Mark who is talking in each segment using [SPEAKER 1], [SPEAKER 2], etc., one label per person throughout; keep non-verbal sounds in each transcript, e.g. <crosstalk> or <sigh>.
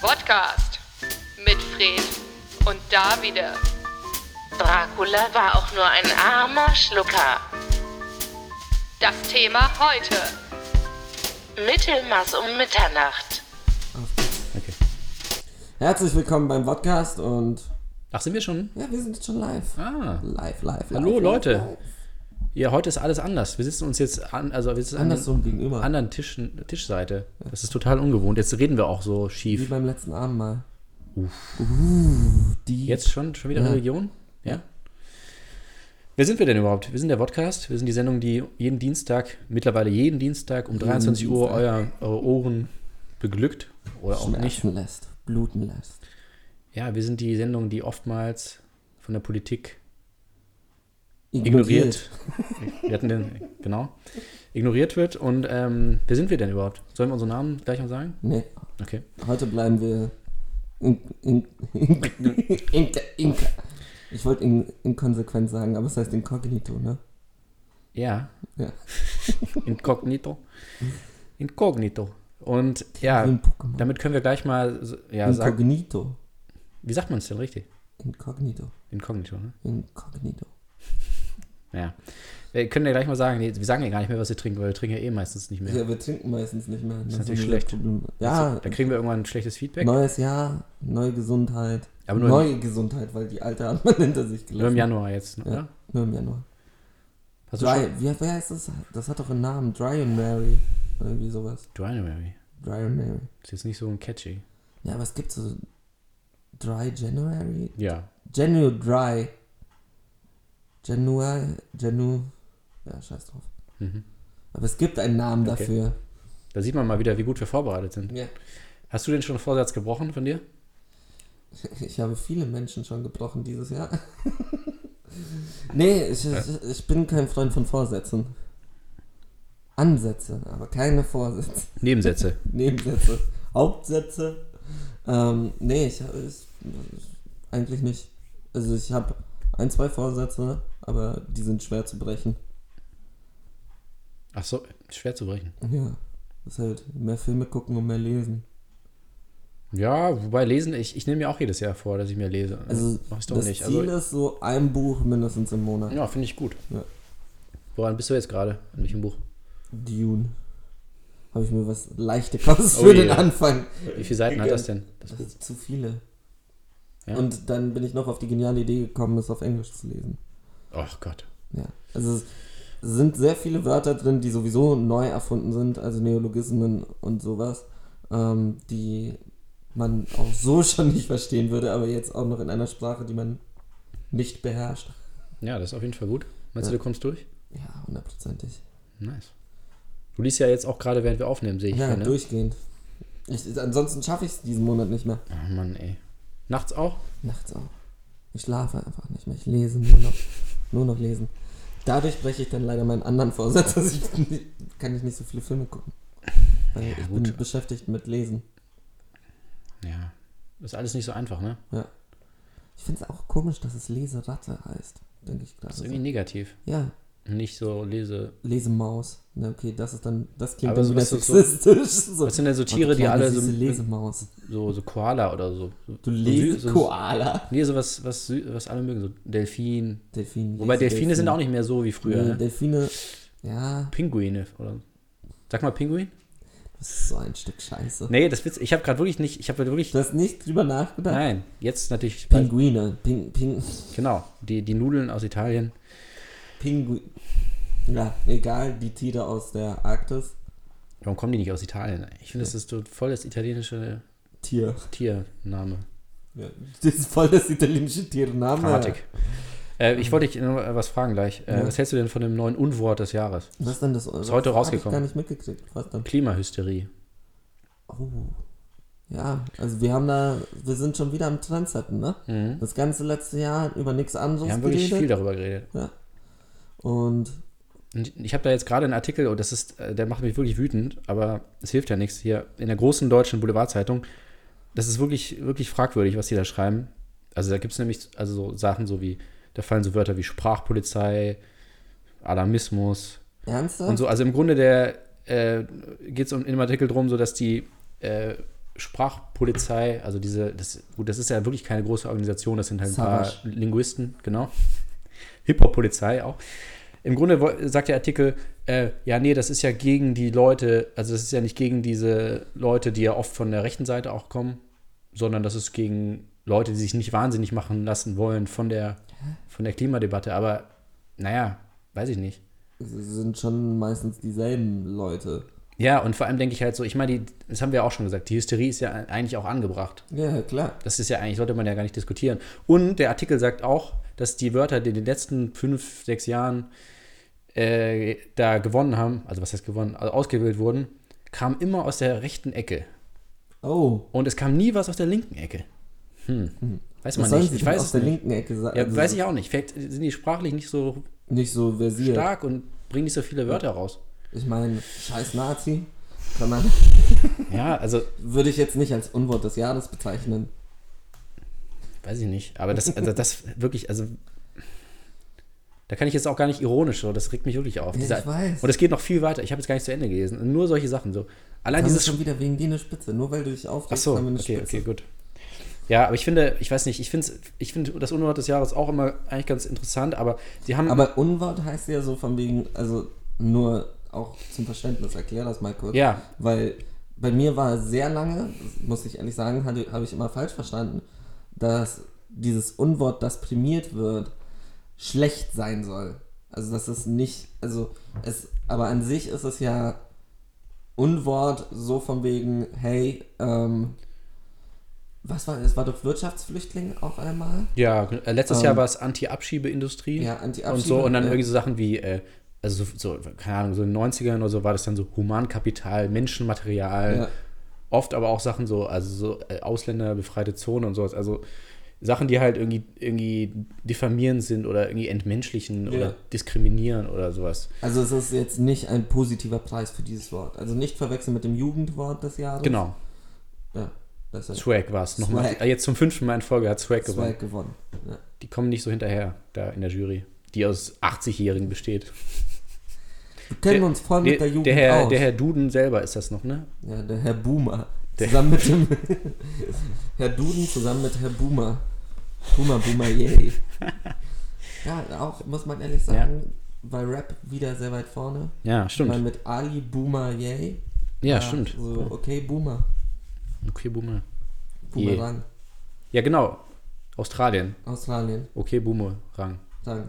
[SPEAKER 1] Podcast mit Fred und Davide.
[SPEAKER 2] Dracula war auch nur ein armer Schlucker.
[SPEAKER 1] Das Thema heute.
[SPEAKER 2] Mittelmaß um Mitternacht.
[SPEAKER 3] Okay. Herzlich willkommen beim Podcast und
[SPEAKER 4] Ach, sind wir schon?
[SPEAKER 3] ja, wir sind jetzt schon live.
[SPEAKER 4] Ah.
[SPEAKER 3] Live, live, live.
[SPEAKER 4] Hallo
[SPEAKER 3] live,
[SPEAKER 4] Leute.
[SPEAKER 3] live.
[SPEAKER 4] Ja, heute ist alles anders. Wir sitzen uns jetzt an, also wir sitzen
[SPEAKER 3] Andersrum
[SPEAKER 4] an den
[SPEAKER 3] gegenüber.
[SPEAKER 4] anderen Tischen, Tischseite. Das ist total ungewohnt. Jetzt reden wir auch so
[SPEAKER 3] Wie
[SPEAKER 4] schief.
[SPEAKER 3] beim letzten Abendmahl. Uh, die.
[SPEAKER 4] Jetzt schon, schon wieder
[SPEAKER 3] Ja.
[SPEAKER 4] Religion? Ja. Wer sind wir denn überhaupt? Wir sind der Podcast. Wir sind die Sendung, die jeden Dienstag, mittlerweile jeden Dienstag um 23 Uhr euer, eure Ohren beglückt oder auch nicht.
[SPEAKER 3] Schmerzen lässt, bluten lässt.
[SPEAKER 4] Ja, wir sind die Sendung, die oftmals von der Politik
[SPEAKER 3] Ignoriert.
[SPEAKER 4] ignoriert. wir hatten den, genau. Ignoriert wird. Und ähm, wer sind wir denn überhaupt? Sollen wir unseren Namen gleich mal sagen?
[SPEAKER 3] Nee,
[SPEAKER 4] Okay.
[SPEAKER 3] heute bleiben wir. In, in, in, in, in, ich wollte in, inkonsequent sagen, aber es heißt inkognito, ne?
[SPEAKER 4] Ja,
[SPEAKER 3] Ja.
[SPEAKER 4] <laughs> inkognito. Inkognito. Und ja,
[SPEAKER 3] Wie ein Pokémon.
[SPEAKER 4] damit können wir gleich mal so- ja, sagen.
[SPEAKER 3] Inkognito.
[SPEAKER 4] Wie sagt man es denn richtig?
[SPEAKER 3] Inkognito.
[SPEAKER 4] Inkognito, ne?
[SPEAKER 3] Inkognito.
[SPEAKER 4] Ja. Wir können ja gleich mal sagen, nee, wir sagen ja gar nicht mehr, was wir trinken, weil wir trinken ja eh meistens nicht mehr.
[SPEAKER 3] Ja, Ah. wir trinken meistens nicht mehr. Das,
[SPEAKER 4] natürlich
[SPEAKER 3] unser
[SPEAKER 4] schlecht.
[SPEAKER 3] Problem.
[SPEAKER 4] Also,
[SPEAKER 3] Ja,
[SPEAKER 4] da kriegen wir irgendwann ein schlechtes Feedback.
[SPEAKER 3] neues Jahr, neue Gesundheit.
[SPEAKER 4] Aber nur im-
[SPEAKER 3] neue Gesundheit, weil die alte hat man <laughs> hinter sich gelassen.
[SPEAKER 4] Nur im Januar jetzt, ne,
[SPEAKER 3] Ja,
[SPEAKER 4] oder?
[SPEAKER 3] nur im Januar.
[SPEAKER 4] Hast du
[SPEAKER 3] Dry,
[SPEAKER 4] schon?
[SPEAKER 3] wie, wie heißt das? Das hat doch einen Namen. Dry and Mary. Irgendwie sowas.
[SPEAKER 4] January.
[SPEAKER 3] Dry and Mary.
[SPEAKER 4] Ist jetzt nicht so ein catchy.
[SPEAKER 3] Ja, was gibt's so? Dry January?
[SPEAKER 4] Ja.
[SPEAKER 3] Genu Dry. Januar, Genu. Ja, scheiß drauf.
[SPEAKER 4] Mhm.
[SPEAKER 3] Aber es gibt einen Namen
[SPEAKER 4] Okay.
[SPEAKER 3] dafür.
[SPEAKER 4] Da sieht man mal wieder, wie gut wir vorbereitet sind.
[SPEAKER 3] Ja.
[SPEAKER 4] Hast du denn schon einen Vorsatz gebrochen von dir?
[SPEAKER 3] <laughs> Ich habe viele Menschen schon gebrochen dieses Jahr. <laughs> nee, ich, ich, ich bin kein Freund von Vorsätzen. Ansätze, aber keine Vorsätze. <laughs>
[SPEAKER 4] Nebensätze.
[SPEAKER 3] Nebensätze. Hauptsätze. Ähm, nee, ich, ich eigentlich nicht. Also ich habe ein, zwei Vorsätze, aber die sind schwer zu brechen.
[SPEAKER 4] <laughs> Ach so, schwer zu brechen.
[SPEAKER 3] Ja. Das ist halt mehr Filme gucken und mehr lesen.
[SPEAKER 4] Ja, wobei lesen, ich, ich nehme mir auch jedes Jahr vor, dass ich mir lese.
[SPEAKER 3] Also
[SPEAKER 4] Mach ich doch
[SPEAKER 3] das
[SPEAKER 4] nicht.
[SPEAKER 3] Ziel
[SPEAKER 4] Also,
[SPEAKER 3] ist so ein Buch mindestens im Monat.
[SPEAKER 4] ja, finde ich gut.
[SPEAKER 3] Ja.
[SPEAKER 4] Woran bist du jetzt gerade? In welchem Buch?
[SPEAKER 3] Dune. Habe ich mir was leichte <laughs> Kost
[SPEAKER 4] Oh
[SPEAKER 3] für den
[SPEAKER 4] je.
[SPEAKER 3] Anfang.
[SPEAKER 4] Wie viele Seiten hat das denn? Das
[SPEAKER 3] Das
[SPEAKER 4] Buch?
[SPEAKER 3] ist zu viele.
[SPEAKER 4] Ja.
[SPEAKER 3] Und dann bin ich noch auf die geniale Idee gekommen, es auf Englisch zu lesen.
[SPEAKER 4] Ach Gott.
[SPEAKER 3] Ja. Also es sind sehr viele Wörter drin, die sowieso neu erfunden sind, also Neologismen und sowas, ähm, die man auch so <laughs> schon nicht verstehen würde, aber jetzt auch noch in einer Sprache, die man nicht beherrscht.
[SPEAKER 4] Ja, das ist auf jeden Fall gut. Meinst
[SPEAKER 3] Ja.
[SPEAKER 4] du, du kommst durch?
[SPEAKER 3] Ja, hundertprozentig.
[SPEAKER 4] Nice. Du liest ja jetzt auch gerade, während wir aufnehmen, sehe ich.
[SPEAKER 3] Ja,
[SPEAKER 4] hier, ne?
[SPEAKER 3] durchgehend. Ich, ansonsten schaffe ich es diesen Monat nicht mehr.
[SPEAKER 4] Ach Mann, ey. Nachts auch?
[SPEAKER 3] Nachts auch. Ich schlafe einfach nicht mehr. Ich lese nur noch. Nur noch lesen. Dadurch breche ich dann leider meinen anderen Vorsatz, <laughs> dass ich nicht, kann ich nicht so viele Filme gucken. Weil ich bin
[SPEAKER 4] gut.
[SPEAKER 3] beschäftigt mit Lesen.
[SPEAKER 4] Ja. Ist alles nicht so einfach, ne?
[SPEAKER 3] Ich finde es auch komisch, dass es Leseratte heißt, denke ich gerade.
[SPEAKER 4] Das ist
[SPEAKER 3] So.
[SPEAKER 4] irgendwie negativ.
[SPEAKER 3] Ja,
[SPEAKER 4] Nicht so lese.
[SPEAKER 3] Lesemaus. Na okay, das ist dann, das klingt
[SPEAKER 4] Aber
[SPEAKER 3] dann
[SPEAKER 4] so-
[SPEAKER 3] wieder
[SPEAKER 4] was ist so-
[SPEAKER 3] sexistisch. So.
[SPEAKER 4] Was sind denn so
[SPEAKER 3] Oh,
[SPEAKER 4] Tiere, die
[SPEAKER 3] kleine,
[SPEAKER 4] alle
[SPEAKER 3] süße
[SPEAKER 4] so,
[SPEAKER 3] Lesemaus.
[SPEAKER 4] so, so Koala oder so? so so
[SPEAKER 3] Du lese
[SPEAKER 4] süß- so-
[SPEAKER 3] Koala.
[SPEAKER 4] Nee, so was, was, sü- was alle mögen, so Delfin.
[SPEAKER 3] Delfin.
[SPEAKER 4] Wobei
[SPEAKER 3] lese
[SPEAKER 4] Delfine sind auch nicht mehr so wie früher.
[SPEAKER 3] Nee,
[SPEAKER 4] Ne?
[SPEAKER 3] Delfine, ja,
[SPEAKER 4] Pinguine, oder? Sag mal Pinguin?
[SPEAKER 3] das ist so ein Stück Scheiße.
[SPEAKER 4] Nee, das Witz, ich habe gerade wirklich nicht, ich habe wirklich,
[SPEAKER 3] Du hast nicht drüber nachgedacht?
[SPEAKER 4] nein, jetzt natürlich,
[SPEAKER 3] Pinguine. Ping, ping,
[SPEAKER 4] genau, die, die Nudeln aus Italien.
[SPEAKER 3] Pinguine. Ja, egal, die Tiere aus der Arktis.
[SPEAKER 4] Warum kommen die nicht aus Italien? Ich finde, das ist so voll das italienische
[SPEAKER 3] Tier.
[SPEAKER 4] Tiername.
[SPEAKER 3] Ja, das ist voll das italienische Tiername.
[SPEAKER 4] Grammatik. Äh, ich wollte dich noch was fragen gleich. Äh,
[SPEAKER 3] Ja.
[SPEAKER 4] Was hältst du denn von dem neuen Unwort des Jahres?
[SPEAKER 3] Was ist denn das? Ist
[SPEAKER 4] heute
[SPEAKER 3] Ich gar
[SPEAKER 4] rausgekommen.
[SPEAKER 3] nicht mitgekriegt. Was denn?
[SPEAKER 4] Klimahysterie.
[SPEAKER 3] Oh. Ja, also wir haben da, wir sind schon wieder am Trendsetten, ne?
[SPEAKER 4] Mhm.
[SPEAKER 3] Das ganze letzte Jahr hat über nichts anderes
[SPEAKER 4] Wir haben wirklich viel
[SPEAKER 3] geredet.
[SPEAKER 4] darüber geredet.
[SPEAKER 3] Und
[SPEAKER 4] Und ich habe da jetzt gerade einen Artikel, und das ist, äh, der macht mich wirklich wütend, aber es hilft ja nichts hier in der großen deutschen Boulevardzeitung. Das ist wirklich, wirklich fragwürdig, was die da schreiben. Also da gibt es nämlich also so Sachen so wie, da fallen so Wörter wie Sprachpolizei, Alarmismus
[SPEAKER 3] ernsthaft?
[SPEAKER 4] und so. Also im Grunde der äh, geht es um, in dem Artikel drum, so dass die äh, Sprachpolizei, also diese, das, gut, das ist ja wirklich keine große Organisation, das sind halt ein
[SPEAKER 3] Savage.
[SPEAKER 4] paar Linguisten, genau. Hip-Hop-Polizei auch. Im Grunde wo- sagt der Artikel, äh, ja, nee, das ist ja gegen die Leute, also das ist ja nicht gegen diese Leute, die ja oft von der rechten Seite auch kommen, sondern das ist gegen Leute, die sich nicht wahnsinnig machen lassen wollen von der, von der Klimadebatte. Aber naja, weiß ich nicht.
[SPEAKER 3] Es sind schon meistens dieselben Leute.
[SPEAKER 4] Ja, und vor allem denke ich halt so, ich meine, die, das haben wir auch schon gesagt, die Hysterie ist ja eigentlich auch angebracht.
[SPEAKER 3] Ja, klar.
[SPEAKER 4] Das ist ja eigentlich, sollte man ja gar nicht diskutieren. Und der Artikel sagt auch, dass die Wörter, die in den letzten fünf, sechs Jahren äh, da gewonnen haben, also was heißt gewonnen, also ausgewählt wurden, kamen immer aus der rechten Ecke.
[SPEAKER 3] Oh,
[SPEAKER 4] Und es kam nie was aus der linken Ecke. Hm. Weiß man
[SPEAKER 3] was sollen
[SPEAKER 4] nicht.
[SPEAKER 3] sie
[SPEAKER 4] Ich
[SPEAKER 3] denn
[SPEAKER 4] weiß
[SPEAKER 3] aus
[SPEAKER 4] es
[SPEAKER 3] der
[SPEAKER 4] nicht.
[SPEAKER 3] linken Ecke sagen?
[SPEAKER 4] Ja, weiß ich auch nicht. Vielleicht sind die sprachlich nicht so
[SPEAKER 3] Nicht so versiert.
[SPEAKER 4] stark und bringen nicht so viele Wörter raus.
[SPEAKER 3] Ich meine, scheiß Nazi kann man,
[SPEAKER 4] Ja, also
[SPEAKER 3] würde ich jetzt nicht als Unwort des Jahres bezeichnen.
[SPEAKER 4] Weiß ich nicht. Aber das, also das wirklich, also. Da kann ich jetzt auch gar nicht ironisch so, das regt mich wirklich auf.
[SPEAKER 3] Ja, ich weiß.
[SPEAKER 4] Und es geht noch viel weiter. Ich habe jetzt gar nicht zu Ende gelesen. Und Nur solche Sachen so. Allein
[SPEAKER 3] Das ist
[SPEAKER 4] dieses.
[SPEAKER 3] schon wieder wegen dir eine Spitze. Nur weil du dich
[SPEAKER 4] Ach
[SPEAKER 3] aufregst,
[SPEAKER 4] so,
[SPEAKER 3] haben wir eine
[SPEAKER 4] okay,
[SPEAKER 3] Spitze.
[SPEAKER 4] okay, gut. Ja, aber ich finde, ich weiß nicht, ich finde ich find das Unwort des Jahres auch immer eigentlich ganz interessant, aber sie haben.
[SPEAKER 3] Aber Unwort heißt ja so von wegen, also nur auch zum Verständnis, erklär das mal kurz.
[SPEAKER 4] Ja.
[SPEAKER 3] Weil bei mir war sehr lange, das muss ich ehrlich sagen, hatte- habe ich immer falsch verstanden, dass dieses Unwort, das prämiert wird, schlecht sein soll. Also das ist nicht, also es, aber an sich ist es ja Unwort so von wegen, hey, ähm, was war, es war doch Wirtschaftsflüchtling auf einmal?
[SPEAKER 4] ja, äh, letztes
[SPEAKER 3] Ähm,
[SPEAKER 4] Jahr war es Anti-Abschiebeindustrie.
[SPEAKER 3] Ja, Anti-Abschiebe,
[SPEAKER 4] Und so, und dann
[SPEAKER 3] ja.
[SPEAKER 4] irgendwie so Sachen wie, äh, also so, so, keine Ahnung, so in den 90ern oder so war das dann so Humankapital, Menschenmaterial.
[SPEAKER 3] Ja.
[SPEAKER 4] oft aber auch Sachen so, also so äh, Ausländer, befreite Zone und sowas, also Sachen, die halt irgendwie, irgendwie diffamierend sind oder irgendwie entmenschlichen oder diskriminieren oder sowas.
[SPEAKER 3] Also es ist jetzt nicht ein positiver Preis für dieses Wort. Also nicht verwechseln mit dem Jugendwort des Jahres.
[SPEAKER 4] Genau.
[SPEAKER 3] Ja, das ist
[SPEAKER 4] Swag war es nochmal.
[SPEAKER 3] Oh. Swag.
[SPEAKER 4] Äh, Jetzt zum fünften Mal in Folge hat Swag gewonnen.
[SPEAKER 3] Zweig gewonnen. Ja.
[SPEAKER 4] Die kommen nicht so hinterher da in der Jury, die aus 80-Jährigen besteht.
[SPEAKER 3] Wir kennen uns voll mit der Jugend
[SPEAKER 4] der, Herr,
[SPEAKER 3] aus.
[SPEAKER 4] der Herr Duden selber ist das noch, ne?
[SPEAKER 3] ja, der Herr Boomer. Zusammen mit dem <laughs> Herr Duden zusammen mit Herr Boomer. Boomer,
[SPEAKER 4] <laughs>
[SPEAKER 3] Boomer, yay. ja, auch muss man ehrlich sagen, bei Rap wieder sehr weit vorne.
[SPEAKER 4] Ja, stimmt.
[SPEAKER 3] Weil mit Ali, Boomer, yay.
[SPEAKER 4] ja, stimmt.
[SPEAKER 3] So, okay, Boomer.
[SPEAKER 4] Okay, Boomer.
[SPEAKER 3] Boomerang.
[SPEAKER 4] Ja, genau. Australien.
[SPEAKER 3] Australien.
[SPEAKER 4] Okay, Boomerang.
[SPEAKER 3] Dank.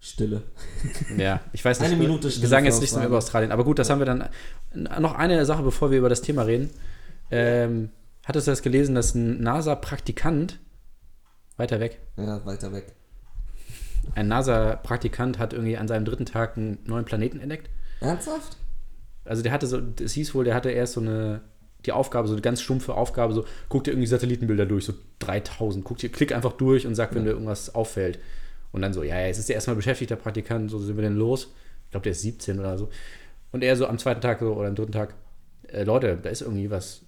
[SPEAKER 3] Stille.
[SPEAKER 4] Ja, ich weiß nicht.
[SPEAKER 3] Eine Minute
[SPEAKER 4] Wir sagen
[SPEAKER 3] Stille
[SPEAKER 4] jetzt
[SPEAKER 3] für
[SPEAKER 4] nichts mehr
[SPEAKER 3] Australien.
[SPEAKER 4] über Australien. Aber gut, das haben wir dann. Noch eine Sache, bevor wir über das Thema reden. Ähm, hattest du das gelesen, dass ein NASA-Praktikant, weiter weg,
[SPEAKER 3] Ja, weiter weg.
[SPEAKER 4] ein NASA-Praktikant hat irgendwie an seinem dritten Tag einen neuen Planeten entdeckt?
[SPEAKER 3] Ernsthaft?
[SPEAKER 4] Also der hatte so, es hieß wohl, der hatte erst so eine, die Aufgabe, so eine ganz stumpfe Aufgabe, so guck dir irgendwie Satellitenbilder durch, so 3000, guck dir, klick einfach durch und sag, wenn dir irgendwas auffällt. Und dann so, ja, ja, es ist ja erstmal beschäftigter Praktikant, so sind wir denn los? Ich glaube, der ist 17 oder so. Und er so am zweiten Tag so, oder am dritten Tag, äh, Leute, da ist irgendwie was.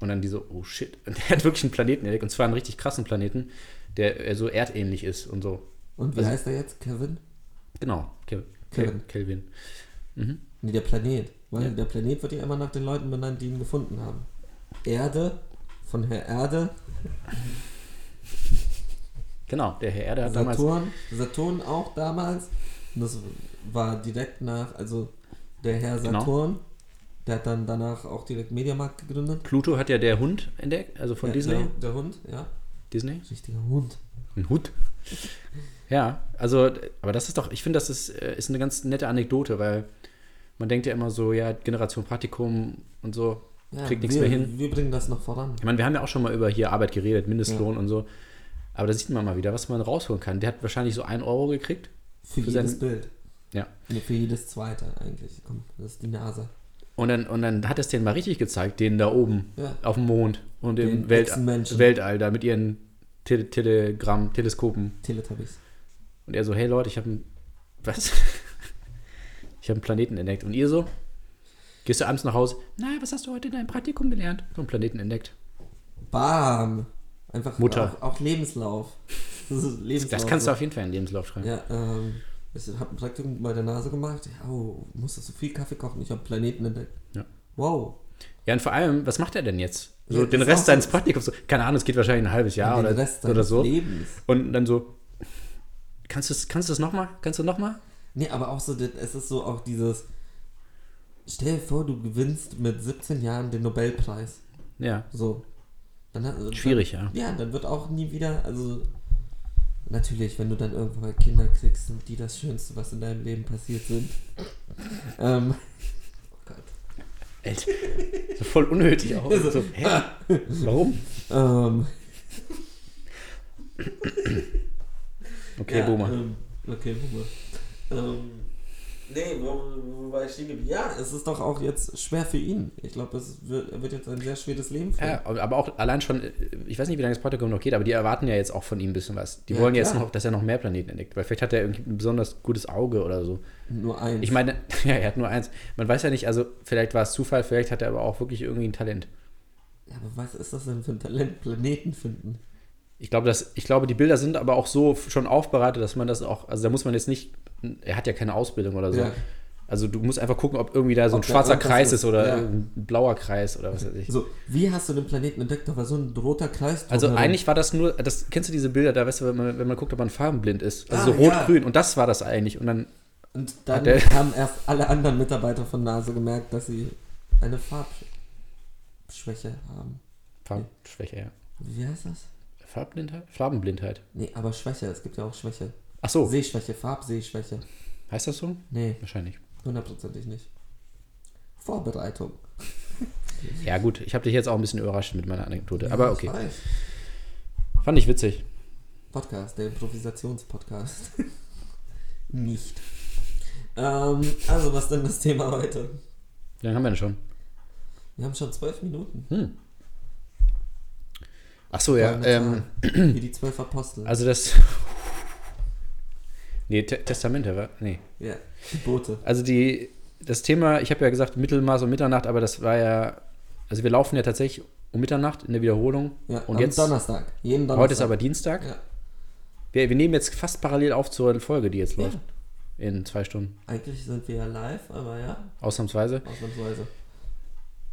[SPEAKER 4] Und dann die so, oh shit. <laughs> Und der hat wirklich einen Planeten entdeckt, und zwar einen richtig krassen Planeten, der äh, so erdähnlich ist und so.
[SPEAKER 3] Und wie
[SPEAKER 4] Also-
[SPEAKER 3] heißt er jetzt? Kevin?
[SPEAKER 4] Genau, Kel Kel
[SPEAKER 3] Kevin.
[SPEAKER 4] Kelvin.
[SPEAKER 3] Nee, der Planet. Weil der Planet wird ja immer nach den Leuten benannt, die ihn gefunden haben. Erde, von Herr Erde,
[SPEAKER 4] Genau, der Herr Erde hat damals
[SPEAKER 3] Saturn, Saturn auch damals. Und das war direkt nach, also der Herr
[SPEAKER 4] Genau.
[SPEAKER 3] Saturn, der hat dann danach auch direkt Mediamarkt gegründet.
[SPEAKER 4] Pluto hat ja der Hund entdeckt, also von
[SPEAKER 3] ja, genau.
[SPEAKER 4] Disney.
[SPEAKER 3] Der, der Hund, ja.
[SPEAKER 4] Disney?
[SPEAKER 3] Richtiger Hund.
[SPEAKER 4] Ein Hund. Ja, also, aber das ist doch, ich finde, das ist, äh, ist eine ganz nette Anekdote, weil man denkt ja immer so, ja, Generation Praktikum und so,
[SPEAKER 3] Ja,
[SPEAKER 4] kriegt nichts
[SPEAKER 3] wir,
[SPEAKER 4] mehr hin.
[SPEAKER 3] Wir bringen das noch voran.
[SPEAKER 4] Ich meine, wir haben ja auch schon mal über hier Arbeit geredet, Mindestlohn und so. Aber da sieht man mal wieder, was man rausholen kann. Der hat wahrscheinlich so 1 Euro gekriegt.
[SPEAKER 3] Für,
[SPEAKER 4] Für
[SPEAKER 3] jedes
[SPEAKER 4] sein-
[SPEAKER 3] Bild.
[SPEAKER 4] Ja.
[SPEAKER 3] Nee, für jedes zweite eigentlich. Komm, das ist die NASA.
[SPEAKER 4] Und dann, und dann hat es den mal richtig gezeigt, den da oben
[SPEAKER 3] Ja.
[SPEAKER 4] auf dem Mond und
[SPEAKER 3] Den
[SPEAKER 4] im
[SPEAKER 3] Echsenmenschen.
[SPEAKER 4] Weltall, Weltall da mit ihren Tele Telegramm, Teleskopen.
[SPEAKER 3] Teletubbies.
[SPEAKER 4] Und er so, hey Leute, ich habe einen. Was? <laughs> Ich habe einen Planeten entdeckt. Und ihr so? Gehst du abends nach Hause? Na, was hast du heute in deinem Praktikum gelernt? So einen Planeten entdeckt.
[SPEAKER 3] Bam! Einfach
[SPEAKER 4] Mutter.
[SPEAKER 3] Auch, auch Lebenslauf. Das, ist Lebenslauf.
[SPEAKER 4] Das kannst du auf jeden Fall in den Lebenslauf schreiben.
[SPEAKER 3] Ja, ähm, ich habe ein Praktikum bei der Nase gemacht. Ja, Oh, musstest du viel Kaffee kochen? Ich habe Planeten entdeckt.
[SPEAKER 4] Ja.
[SPEAKER 3] Wow.
[SPEAKER 4] Ja, und vor allem, was macht er denn jetzt? So
[SPEAKER 3] Ja,
[SPEAKER 4] den
[SPEAKER 3] das
[SPEAKER 4] Rest
[SPEAKER 3] auch
[SPEAKER 4] seines
[SPEAKER 3] so.
[SPEAKER 4] Praktikums, so, keine Ahnung, es geht wahrscheinlich ein halbes Jahr
[SPEAKER 3] Den
[SPEAKER 4] Ah, oder,
[SPEAKER 3] Rest
[SPEAKER 4] oder
[SPEAKER 3] seines
[SPEAKER 4] so.
[SPEAKER 3] Lebens.
[SPEAKER 4] Und dann so, kannst du es kannst du's nochmal? Kannst du nochmal?
[SPEAKER 3] Nee, aber auch so, das- es ist so auch dieses. Stell dir vor, du gewinnst mit 17 Jahren den Nobelpreis.
[SPEAKER 4] Ja.
[SPEAKER 3] So. Dann, hat-
[SPEAKER 4] Schwierig, ja.
[SPEAKER 3] Ja, dann wird auch nie wieder, also natürlich, wenn du dann irgendwann mal Kinder kriegst, sind die das Schönste, was in deinem Leben passiert sind. ähm, oh Gott. <laughs>
[SPEAKER 4] Alter, so voll unnötig auch. So, hä?
[SPEAKER 3] ah.
[SPEAKER 4] Warum?
[SPEAKER 3] Ähm,
[SPEAKER 4] Okay,
[SPEAKER 3] ja,
[SPEAKER 4] Boomer.
[SPEAKER 3] Ähm, okay, Boomer. Ähm, nee, wo, wo war ich stehen geblieben? Ja, es ist doch auch jetzt schwer für ihn. Ich glaube, es wird, er wird jetzt ein sehr schweres Leben führen.
[SPEAKER 4] Ja, aber auch allein schon, äh, ich weiß nicht, wie lange das Praktikum noch geht, aber die erwarten ja jetzt auch von ihm ein bisschen was. Die
[SPEAKER 3] Ja,
[SPEAKER 4] wollen jetzt
[SPEAKER 3] klar.
[SPEAKER 4] noch, dass er noch mehr Planeten entdeckt, weil vielleicht hat er irgendwie ein besonders gutes Auge oder so.
[SPEAKER 3] Nur eins.
[SPEAKER 4] Ich meine, <laughs> ja, er hat nur eins. Man weiß ja nicht, also vielleicht war es Zufall, vielleicht hat er aber auch wirklich irgendwie ein Talent.
[SPEAKER 3] ja, aber was ist das denn für ein Talent? Planeten finden.
[SPEAKER 4] Ich glaube, dass, ich glaube, die Bilder sind aber auch so schon aufbereitet, dass man das auch, also da muss man jetzt nicht, er hat ja keine Ausbildung oder so.
[SPEAKER 3] Ja.
[SPEAKER 4] Also du musst einfach gucken, ob irgendwie da so ein
[SPEAKER 3] Ob da
[SPEAKER 4] schwarzer
[SPEAKER 3] irgendwas
[SPEAKER 4] Kreis
[SPEAKER 3] ist.
[SPEAKER 4] ist oder
[SPEAKER 3] Ja.
[SPEAKER 4] ein blauer Kreis oder was weiß ich.
[SPEAKER 3] So, wie hast du den Planeten entdeckt? Da war so ein roter Kreis.
[SPEAKER 4] Also
[SPEAKER 3] drumherum.
[SPEAKER 4] eigentlich war das nur, das kennst du diese Bilder, da weißt du, wenn man, wenn man guckt, ob man farbenblind ist. Also
[SPEAKER 3] Ah,
[SPEAKER 4] so
[SPEAKER 3] ja.
[SPEAKER 4] rot-grün und das war das eigentlich. Und dann,
[SPEAKER 3] Und dann
[SPEAKER 4] Hat der-
[SPEAKER 3] haben erst alle anderen Mitarbeiter von NASA gemerkt, dass sie eine Farbschwäche haben.
[SPEAKER 4] Farbenschwäche, ja.
[SPEAKER 3] Wie heißt das?
[SPEAKER 4] Farbenblindheit? Farbenblindheit.
[SPEAKER 3] Nee, aber Schwäche, es gibt ja auch Schwäche.
[SPEAKER 4] Ach so,
[SPEAKER 3] Sehschwäche, Farbsehschwäche.
[SPEAKER 4] heißt das so?
[SPEAKER 3] Nee,
[SPEAKER 4] Wahrscheinlich.
[SPEAKER 3] hundertprozentig nicht. Vorbereitung.
[SPEAKER 4] Ja gut, ich habe dich jetzt auch ein bisschen überrascht mit meiner Anekdote, aber
[SPEAKER 3] Ja,
[SPEAKER 4] okay.
[SPEAKER 3] Ich weiß.
[SPEAKER 4] Fand ich witzig.
[SPEAKER 3] Podcast, der Improvisationspodcast. <laughs> nicht. Ähm, also, was denn das Thema heute?
[SPEAKER 4] Wie lange haben wir denn schon?
[SPEAKER 3] Wir haben schon zwölf Minuten.
[SPEAKER 4] Ach so, ja.
[SPEAKER 3] Wollen wir
[SPEAKER 4] Ähm,
[SPEAKER 3] sagen, wie die zwölf Apostel.
[SPEAKER 4] also das... Nee, Te Testamente, wa? Nee.
[SPEAKER 3] ja, die Boote.
[SPEAKER 4] Also die, das Thema, ich habe ja gesagt Mittelmaß und Mitternacht, aber das war ja, also wir laufen ja tatsächlich um Mitternacht in der Wiederholung.
[SPEAKER 3] Ja,
[SPEAKER 4] und
[SPEAKER 3] am
[SPEAKER 4] jetzt,
[SPEAKER 3] Donnerstag. Jeden Donnerstag.
[SPEAKER 4] heute ist aber Dienstag.
[SPEAKER 3] Ja,
[SPEAKER 4] Wir, wir nehmen jetzt fast parallel auf zur Folge, die jetzt
[SPEAKER 3] Ja.
[SPEAKER 4] läuft. In zwei Stunden,
[SPEAKER 3] eigentlich sind wir ja live, aber ja,
[SPEAKER 4] ausnahmsweise.
[SPEAKER 3] ausnahmsweise.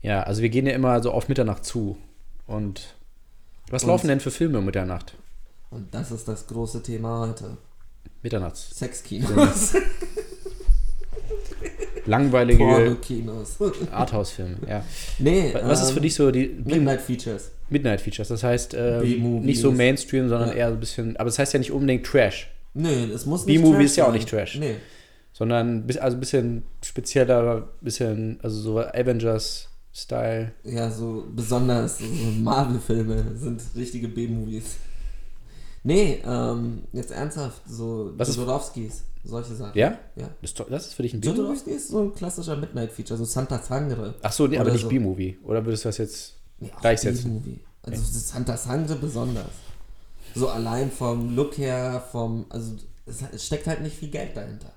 [SPEAKER 4] Ja, also wir gehen ja immer so auf Mitternacht zu. Und was
[SPEAKER 3] Und-
[SPEAKER 4] laufen denn für Filme um Mitternacht?
[SPEAKER 3] Und das ist das große Thema heute.
[SPEAKER 4] Mitternachts. <laughs>
[SPEAKER 3] Sexkinos.
[SPEAKER 4] Langweilige
[SPEAKER 3] Porno-Kinos. <laughs>
[SPEAKER 4] Arthouse-Filme, ja.
[SPEAKER 3] nee,
[SPEAKER 4] Was ist für
[SPEAKER 3] ähm,
[SPEAKER 4] dich so die
[SPEAKER 3] Midnight Features.
[SPEAKER 4] Midnight-Features? Das heißt, äh,
[SPEAKER 3] B-Movies.
[SPEAKER 4] nicht so Mainstream, sondern
[SPEAKER 3] Ja.
[SPEAKER 4] eher so ein bisschen, aber das heißt ja nicht unbedingt Trash,
[SPEAKER 3] Nee, es muss nicht
[SPEAKER 4] B-Movie
[SPEAKER 3] Trash
[SPEAKER 4] ist ja auch
[SPEAKER 3] sein.
[SPEAKER 4] nicht Trash.
[SPEAKER 3] Nee,
[SPEAKER 4] sondern bis, also ein bisschen spezieller, bisschen, also so Avengers-Style.
[SPEAKER 3] ja, so besonders so Marvel-Filme sind richtige B-Movies. Nee, ähm, jetzt ernsthaft, so
[SPEAKER 4] Was ist-
[SPEAKER 3] Jodorowskis, solche Sachen.
[SPEAKER 4] Ja?
[SPEAKER 3] Ja.
[SPEAKER 4] Das, ist doch- das ist für dich ein B-Movie?
[SPEAKER 3] Jodorowsky ist so ein klassischer Midnight-Feature, so Santa Sangre.
[SPEAKER 4] Ach so, nee, aber
[SPEAKER 3] Oder
[SPEAKER 4] nicht
[SPEAKER 3] so.
[SPEAKER 4] B-Movie. Oder würdest du das jetzt
[SPEAKER 3] Nee, auch
[SPEAKER 4] gleichsetzen?
[SPEAKER 3] B-Movie. Also das Santa Sangre besonders. So allein vom Look her, vom. Also es, es steckt halt nicht viel Geld dahinter.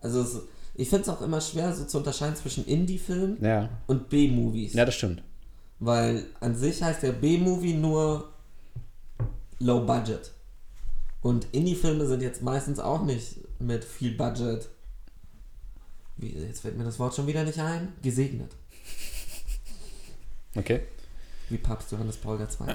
[SPEAKER 3] Also es, ich finde es auch immer schwer, so zu unterscheiden zwischen Indie-Filmen
[SPEAKER 4] Ja.
[SPEAKER 3] und B-Movies.
[SPEAKER 4] ja, das stimmt.
[SPEAKER 3] Weil an sich heißt der B-Movie nur Low Budget. Und Indie-Filme sind jetzt meistens auch nicht mit viel Budget. Wie, jetzt fällt mir das Wort schon wieder nicht ein. Gesegnet.
[SPEAKER 4] Okay.
[SPEAKER 3] Wie Papst Johannes Paul II.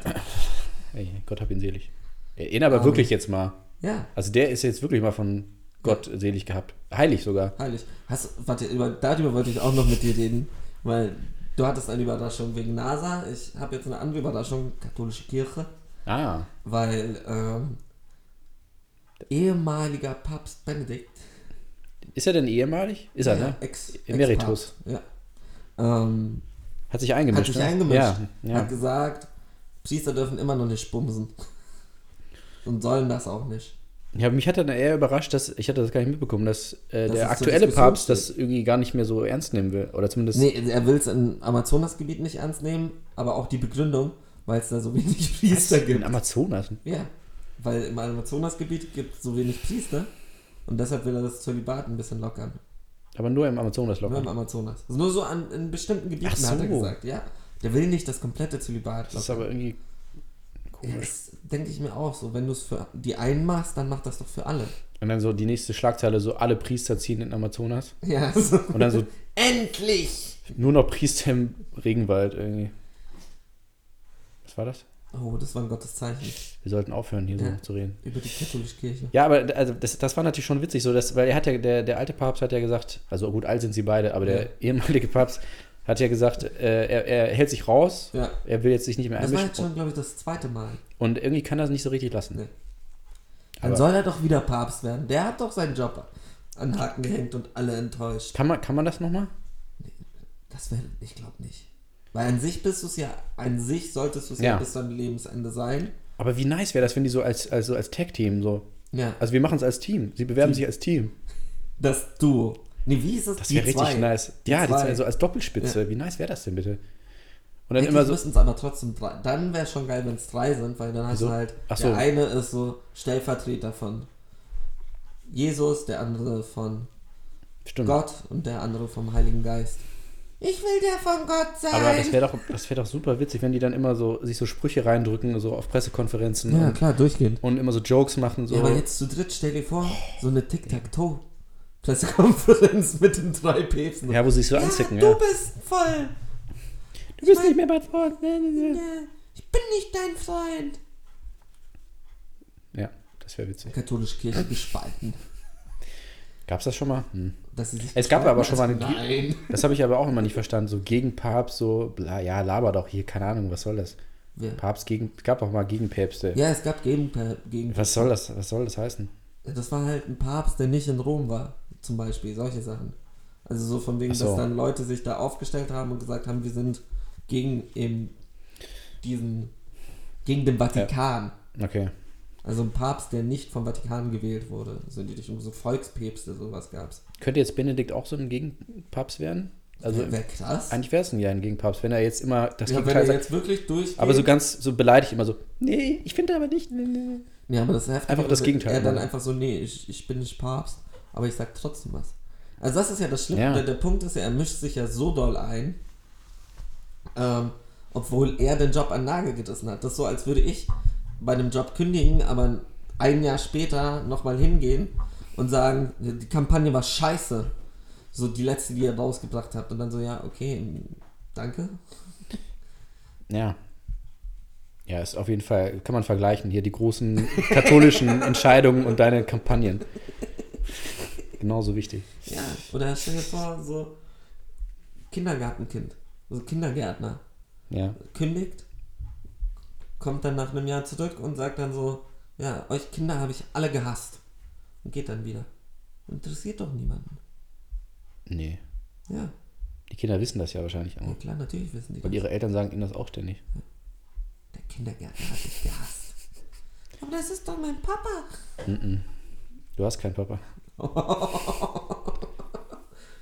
[SPEAKER 4] Ey, Gott hab ihn selig. Ey, Ihn aber wirklich jetzt mal.
[SPEAKER 3] Ja.
[SPEAKER 4] Also der ist jetzt wirklich mal von Gott selig gehabt. Heilig sogar.
[SPEAKER 3] Heilig. Hast, warte, über, darüber wollte ich auch noch mit dir reden, weil du hattest eine Überraschung wegen NASA. Ich habe jetzt eine andere Überraschung, katholische Kirche,
[SPEAKER 4] Ah.
[SPEAKER 3] weil ähm, ehemaliger Papst Benedikt,
[SPEAKER 4] Ist er denn ehemalig? Ist er, ne?
[SPEAKER 3] ex,
[SPEAKER 4] Emeritus.
[SPEAKER 3] Ex-Papst, ja, ähm,
[SPEAKER 4] Hat sich
[SPEAKER 3] hat
[SPEAKER 4] eingemischt.
[SPEAKER 3] sich
[SPEAKER 4] ne?
[SPEAKER 3] eingemischt,
[SPEAKER 4] Ja, ja.
[SPEAKER 3] hat gesagt, Priester dürfen immer noch nicht spumsen und sollen das auch nicht.
[SPEAKER 4] ja. Mich hat dann eher überrascht, dass, ich hatte das gar nicht mitbekommen, dass äh,
[SPEAKER 3] Dass es
[SPEAKER 4] der
[SPEAKER 3] zur
[SPEAKER 4] aktuelle
[SPEAKER 3] Diskussion
[SPEAKER 4] Papst das irgendwie gar nicht mehr so ernst nehmen will. Oder zumindest.
[SPEAKER 3] Nee, er will es im Amazonasgebiet nicht ernst nehmen, aber auch die Begründung, weil es da so wenig Priester
[SPEAKER 4] in
[SPEAKER 3] gibt.
[SPEAKER 4] Amazonas.
[SPEAKER 3] Ja, weil im Amazonasgebiet gibt es so wenig Priester und deshalb will er das Zölibat ein bisschen lockern.
[SPEAKER 4] Aber nur im Amazonas
[SPEAKER 3] Nur im
[SPEAKER 4] locker.
[SPEAKER 3] Amazonas. Also nur so an, in bestimmten Gebieten
[SPEAKER 4] Ach
[SPEAKER 3] hat er
[SPEAKER 4] so.
[SPEAKER 3] gesagt, ja. Der will nicht das komplette Zölibat
[SPEAKER 4] Das ist
[SPEAKER 3] lockern.
[SPEAKER 4] aber irgendwie
[SPEAKER 3] Ja,
[SPEAKER 4] komisch.
[SPEAKER 3] das denke ich mir auch so. Wenn du es für die einen machst, dann mach das doch für alle. <laughs>
[SPEAKER 4] Und dann so die nächste Schlagzeile, so alle Priester ziehen in Amazonas.
[SPEAKER 3] Ja, so.
[SPEAKER 4] Und dann so
[SPEAKER 3] Endlich!
[SPEAKER 4] nur noch Priester im Regenwald irgendwie. Was war das?
[SPEAKER 3] Oh, das war ein Gotteszeichen.
[SPEAKER 4] Wir sollten aufhören, hier
[SPEAKER 3] Ja.
[SPEAKER 4] so zu reden.
[SPEAKER 3] Über die katholische Kirche.
[SPEAKER 4] Ja, aber also das, das war natürlich schon witzig, so dass, weil er hat ja, der, der alte Papst hat ja gesagt, also gut, alt sind sie beide, aber der
[SPEAKER 3] Ja.
[SPEAKER 4] ehemalige Papst hat ja gesagt, äh, er, er hält sich raus,
[SPEAKER 3] Ja.
[SPEAKER 4] er will jetzt sich nicht mehr
[SPEAKER 3] Das war jetzt
[SPEAKER 4] einmischen.
[SPEAKER 3] schon, glaube ich, das zweite Mal.
[SPEAKER 4] Und irgendwie kann er es nicht so richtig lassen.
[SPEAKER 3] Nee. Dann
[SPEAKER 4] Aber-
[SPEAKER 3] soll er doch wieder Papst werden. Der hat doch seinen Job an den Haken gehängt und alle enttäuscht.
[SPEAKER 4] Kann man, kann man das nochmal?
[SPEAKER 3] Das wäre, ich glaube nicht. Weil an sich bist du es ja, an sich solltest du es ja.
[SPEAKER 4] Ja.
[SPEAKER 3] bis zum Lebensende sein.
[SPEAKER 4] Aber wie nice wäre das, wenn die so als, als, so als Tag-Team so.
[SPEAKER 3] Ja.
[SPEAKER 4] Also wir machen es als Team. Sie bewerben sich als Team.
[SPEAKER 3] Das Duo. Nee, wie ist es?
[SPEAKER 4] Das
[SPEAKER 3] Die
[SPEAKER 4] wäre richtig
[SPEAKER 3] zwei.
[SPEAKER 4] nice. ja, die
[SPEAKER 3] zwei.
[SPEAKER 4] zwei, so als Doppelspitze. Wie nice wäre das denn bitte? Und dann
[SPEAKER 3] Eigentlich
[SPEAKER 4] immer so.
[SPEAKER 3] müssten es aber trotzdem drei. Dann wäre es schon geil, wenn es drei sind, weil dann hast
[SPEAKER 4] Wieso?
[SPEAKER 3] du halt.
[SPEAKER 4] Ach so.
[SPEAKER 3] Der eine ist so Stellvertreter von Jesus, der andere von
[SPEAKER 4] Stimmt.
[SPEAKER 3] Gott und der andere vom Heiligen Geist. Ich will der von Gott sein.
[SPEAKER 4] Aber das wäre doch, das wär doch super witzig, wenn die dann immer so sich so Sprüche reindrücken, so auf Pressekonferenzen
[SPEAKER 3] ja,
[SPEAKER 4] und,
[SPEAKER 3] klar, durchgehend.
[SPEAKER 4] und immer so Jokes machen. So.
[SPEAKER 3] Ja, aber jetzt zu dritt, stell dir vor, so eine Tic-Tac-Toe. Pressekonferenz <laughs> mit den drei Päpsten.
[SPEAKER 4] Ja, wo sie sich so anzicken,
[SPEAKER 3] du
[SPEAKER 4] ja.
[SPEAKER 3] bist voll.
[SPEAKER 4] Du bist nicht mehr mein Freund.
[SPEAKER 3] Ne, Ich bin nicht dein Freund.
[SPEAKER 4] Ja, das wäre witzig.
[SPEAKER 3] Katholische Kirche gespalten.
[SPEAKER 4] Gab's das schon mal? Hm.
[SPEAKER 3] Dass sie sich
[SPEAKER 4] Es gab aber schon mal eine.
[SPEAKER 3] gespalten hat. Nein.
[SPEAKER 4] Das habe ich aber auch immer nicht verstanden. So gegen Papst, so, bla, ja, laber doch hier, keine Ahnung, was soll das?
[SPEAKER 3] Wer?
[SPEAKER 4] Papst gegen, gab auch mal Gegenpäpste.
[SPEAKER 3] Ja, es gab Gegenpä- gegen.
[SPEAKER 4] Was soll das, was soll das heißen?
[SPEAKER 3] Das war halt ein Papst, der nicht in Rom war, zum Beispiel, solche Sachen. Also so von wegen,
[SPEAKER 4] Ach so.
[SPEAKER 3] dass dann Leute sich da aufgestellt haben und gesagt haben, wir sind gegen eben diesen, gegen den Vatikan.
[SPEAKER 4] Okay.
[SPEAKER 3] Also ein Papst, der nicht vom Vatikan gewählt wurde. So in die Richtung, so Volkspäpste, sowas gab's.
[SPEAKER 4] Könnte jetzt Benedikt auch so ein Gegenpapst werden? Also,
[SPEAKER 3] Wäre krass.
[SPEAKER 4] eigentlich wäre es ein Jahr ein Gegenpapst, wenn er jetzt immer das
[SPEAKER 3] Ja, wenn
[SPEAKER 4] Gegenteil
[SPEAKER 3] er
[SPEAKER 4] sagt.
[SPEAKER 3] jetzt wirklich durch.
[SPEAKER 4] Aber so ganz so beleidigt immer so, nee, ich finde aber nicht. Nee, nee, nee.
[SPEAKER 3] Ja, aber das Heftige
[SPEAKER 4] Einfach
[SPEAKER 3] ist,
[SPEAKER 4] das
[SPEAKER 3] wenn
[SPEAKER 4] Gegenteil,
[SPEAKER 3] Er dann
[SPEAKER 4] ne?
[SPEAKER 3] einfach so, nee, ich, ich bin nicht Papst, aber ich sag trotzdem was. Also das ist ja das Schlimme.
[SPEAKER 4] Ja.
[SPEAKER 3] Der, der Punkt ist ja, er mischt sich ja so doll ein, ähm, obwohl er den Job an Nagel gerissen hat. Das ist so, als würde ich bei einem Job kündigen, aber ein Jahr später nochmal hingehen und sagen, die Kampagne war scheiße. So die letzte, die ihr rausgebracht habt. Und dann so, ja, okay, danke.
[SPEAKER 4] Ja. Ja, ist auf jeden Fall, kann man vergleichen. Hier die großen <laughs> katholischen Entscheidungen und deine Kampagnen. Genauso wichtig.
[SPEAKER 3] Ja, oder stell dir vor, so Kindergartenkind, so Kindergärtner,
[SPEAKER 4] Ja.
[SPEAKER 3] kündigt, kommt dann nach einem Jahr zurück und sagt dann so, ja, euch Kinder habe ich alle gehasst. Und geht dann wieder. Interessiert doch niemanden.
[SPEAKER 4] Nee.
[SPEAKER 3] Ja,
[SPEAKER 4] Die Kinder wissen das ja wahrscheinlich auch.
[SPEAKER 3] ja klar, natürlich wissen die
[SPEAKER 4] Und
[SPEAKER 3] das.
[SPEAKER 4] ihre Eltern sagen ihnen das auch ständig.
[SPEAKER 3] Der Kindergärtner hat dich gehasst. Aber das ist doch mein Papa.
[SPEAKER 4] Du hast keinen Papa.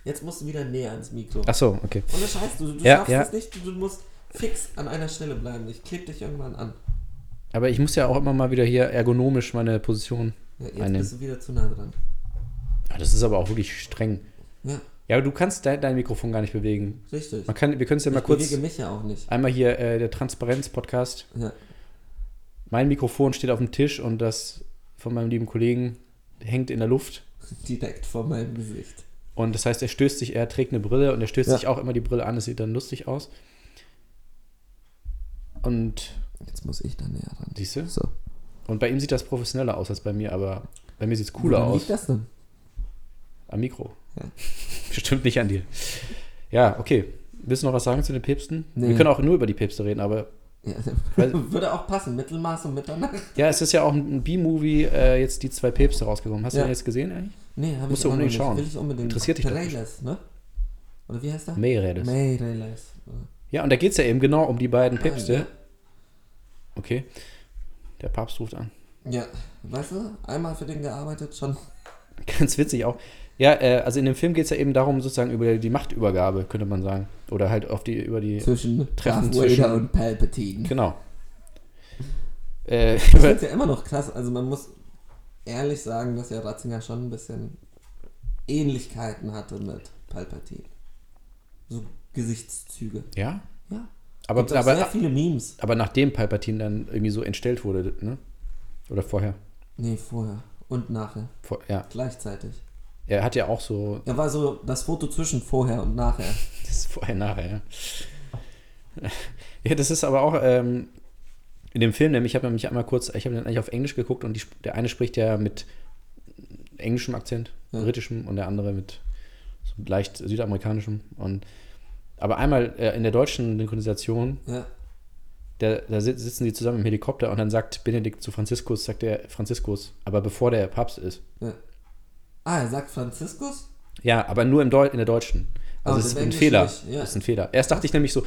[SPEAKER 3] Jetzt musst du wieder näher ans Mikro.
[SPEAKER 4] Ach so, okay.
[SPEAKER 3] Ohne Scheiß, du, du
[SPEAKER 4] Ja,
[SPEAKER 3] schaffst
[SPEAKER 4] ja.
[SPEAKER 3] es nicht, du, du musst fix an einer Stelle bleiben. Ich kleb dich irgendwann an.
[SPEAKER 4] Aber ich muss ja auch immer mal wieder hier ergonomisch meine Position
[SPEAKER 3] Ja, jetzt bist
[SPEAKER 4] einnehmen.
[SPEAKER 3] du wieder zu nah dran.
[SPEAKER 4] Ah, Das ist aber auch wirklich streng.
[SPEAKER 3] Ja,
[SPEAKER 4] Ja, aber du kannst dein, dein Mikrofon gar nicht bewegen.
[SPEAKER 3] richtig.
[SPEAKER 4] Man kann, wir können es ja mal
[SPEAKER 3] ich
[SPEAKER 4] kurz.
[SPEAKER 3] bewege mich ja auch nicht.
[SPEAKER 4] Einmal hier äh, der Transparenz-Podcast.
[SPEAKER 3] Ja.
[SPEAKER 4] Mein Mikrofon steht auf dem Tisch und das von meinem lieben Kollegen hängt in der Luft.
[SPEAKER 3] Direkt vor meinem Gesicht.
[SPEAKER 4] Und das heißt, er stößt sich, er trägt eine Brille und er stößt
[SPEAKER 3] Ja.
[SPEAKER 4] sich auch immer die Brille an. Das sieht dann lustig aus. Und
[SPEAKER 3] Jetzt muss ich da näher ran.
[SPEAKER 4] siehst du?
[SPEAKER 3] So.
[SPEAKER 4] Und bei ihm sieht das professioneller aus als bei mir, aber bei mir sieht es cooler
[SPEAKER 3] Woran
[SPEAKER 4] aus.
[SPEAKER 3] liegt das denn?
[SPEAKER 4] Am Mikro.
[SPEAKER 3] Ja.
[SPEAKER 4] <laughs> Bestimmt nicht an dir. Ja, okay. Willst du noch was sagen zu den Päpsten?
[SPEAKER 3] Nee.
[SPEAKER 4] Wir können auch nur über die Päpste reden, aber
[SPEAKER 3] Ja,
[SPEAKER 4] Weil-
[SPEAKER 3] <laughs> würde auch passen. Mittelmaß und Mitternacht.
[SPEAKER 4] ja, es ist ja auch ein B-Movie, äh, jetzt die zwei Päpste rausgekommen. Hast
[SPEAKER 3] Ja.
[SPEAKER 4] du den jetzt gesehen eigentlich?
[SPEAKER 3] Nee, habe ich
[SPEAKER 4] Musst du
[SPEAKER 3] auch noch
[SPEAKER 4] unbedingt
[SPEAKER 3] nicht.
[SPEAKER 4] schauen.
[SPEAKER 3] Will ich unbedingt.
[SPEAKER 4] Interessiert dich doch
[SPEAKER 3] Trailes, ne? Oder wie heißt der?
[SPEAKER 4] Meireles.
[SPEAKER 3] Meireles.
[SPEAKER 4] Ja, und da geht es ja eben genau um die beiden Päpste.
[SPEAKER 3] Ah, ja.
[SPEAKER 4] Okay. Der Papst ruft an. <laughs>
[SPEAKER 3] Ja, weißt du, einmal für den gearbeitet, schon.
[SPEAKER 4] Ganz witzig auch. Ja, äh, also in dem Film geht es ja eben darum, sozusagen über die Machtübergabe, könnte man sagen. Oder halt auf die, über die.
[SPEAKER 3] Zwischen
[SPEAKER 4] Treffen
[SPEAKER 3] Darth Vader
[SPEAKER 4] zwischen-
[SPEAKER 3] und Palpatine.
[SPEAKER 4] Genau. Äh,
[SPEAKER 3] Ich
[SPEAKER 4] über,
[SPEAKER 3] finde ja immer noch krass. Also man muss ehrlich sagen, dass ja Ratzinger schon ein bisschen Ähnlichkeiten hatte mit Palpatine. So Gesichtszüge.
[SPEAKER 4] ja,
[SPEAKER 3] Ja.
[SPEAKER 4] aber,
[SPEAKER 3] Gibt auch sehr
[SPEAKER 4] aber,
[SPEAKER 3] viele Memes.
[SPEAKER 4] aber nachdem Palpatine dann irgendwie so entstellt wurde, ne? Oder vorher.
[SPEAKER 3] Nee, vorher. und nachher.
[SPEAKER 4] Vor- Ja.
[SPEAKER 3] Gleichzeitig.
[SPEAKER 4] Er hat ja auch so
[SPEAKER 3] Ja, war so das Foto zwischen vorher und nachher.
[SPEAKER 4] Das ist vorher, nachher, ja. Ja, das ist aber auch ähm, in dem Film, nämlich, ich habe nämlich einmal kurz, ich habe den eigentlich auf Englisch geguckt und die, sp- der eine spricht ja mit englischem Akzent,
[SPEAKER 3] Ja.
[SPEAKER 4] britischem und der andere mit so leicht südamerikanischem. Und, aber einmal äh, in der deutschen Synchronisation,
[SPEAKER 3] Ja.
[SPEAKER 4] der, da sit- sitzen sie zusammen im Helikopter und dann sagt Benedikt zu Franziskus, sagt er Franziskus, aber bevor der Papst ist.
[SPEAKER 3] ja. Ah, er sagt Franziskus?
[SPEAKER 4] Ja, aber nur im Deu in der deutschen. Also
[SPEAKER 3] Ah,
[SPEAKER 4] es ist
[SPEAKER 3] im
[SPEAKER 4] ein
[SPEAKER 3] Englischen
[SPEAKER 4] Fehler.
[SPEAKER 3] nicht, ja.
[SPEAKER 4] Das ist ein Fehler. Erst dachte ich nämlich so,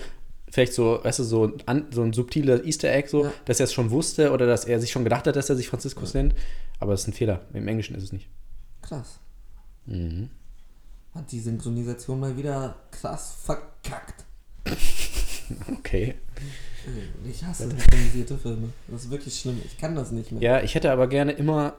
[SPEAKER 4] vielleicht so, weißt du, so ein, an, so ein subtiler Easter Egg, so,
[SPEAKER 3] Ja.
[SPEAKER 4] dass er es schon wusste oder dass er sich schon gedacht hat, dass er sich Franziskus nennt. Aber es ist ein Fehler. Im Englischen ist es nicht.
[SPEAKER 3] Krass.
[SPEAKER 4] Mhm.
[SPEAKER 3] Hat die Synchronisation mal wieder krass verkackt.
[SPEAKER 4] Okay.
[SPEAKER 3] Ich hasse synchronisierte Filme. Das ist wirklich schlimm. Ich kann das nicht mehr.
[SPEAKER 4] Ja, ich hätte aber gerne immer,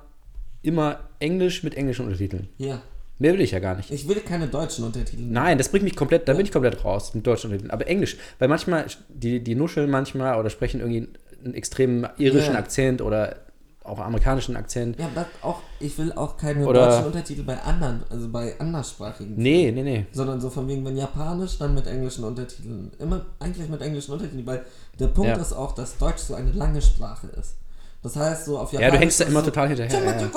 [SPEAKER 4] immer Englisch mit englischen Untertiteln.
[SPEAKER 3] Ja.
[SPEAKER 4] Mehr will ich ja gar nicht.
[SPEAKER 3] Ich will keine deutschen Untertitel.
[SPEAKER 4] Nein, das bringt mich komplett, da bin ich komplett raus mit deutschen Untertiteln. Aber Englisch, weil manchmal, die, die nuscheln manchmal oder sprechen irgendwie einen extremen irischen
[SPEAKER 3] Ja.
[SPEAKER 4] Akzent oder auch amerikanischen Akzent.
[SPEAKER 3] Ja, aber auch, ich will auch keine
[SPEAKER 4] Oder-
[SPEAKER 3] deutschen Untertitel bei anderen, also bei anderssprachigen.
[SPEAKER 4] Nee, nee, nee.
[SPEAKER 3] Sondern so von wegen, wenn Japanisch, dann mit englischen Untertiteln. Immer eigentlich mit englischen Untertiteln, weil der Punkt
[SPEAKER 4] Ja.
[SPEAKER 3] ist auch, dass Deutsch so eine lange Sprache ist. Das heißt, so auf
[SPEAKER 4] Ja,
[SPEAKER 3] Japanisch.
[SPEAKER 4] du hängst da
[SPEAKER 3] ist
[SPEAKER 4] immer
[SPEAKER 3] so,
[SPEAKER 4] total hinterher. Ja, ja.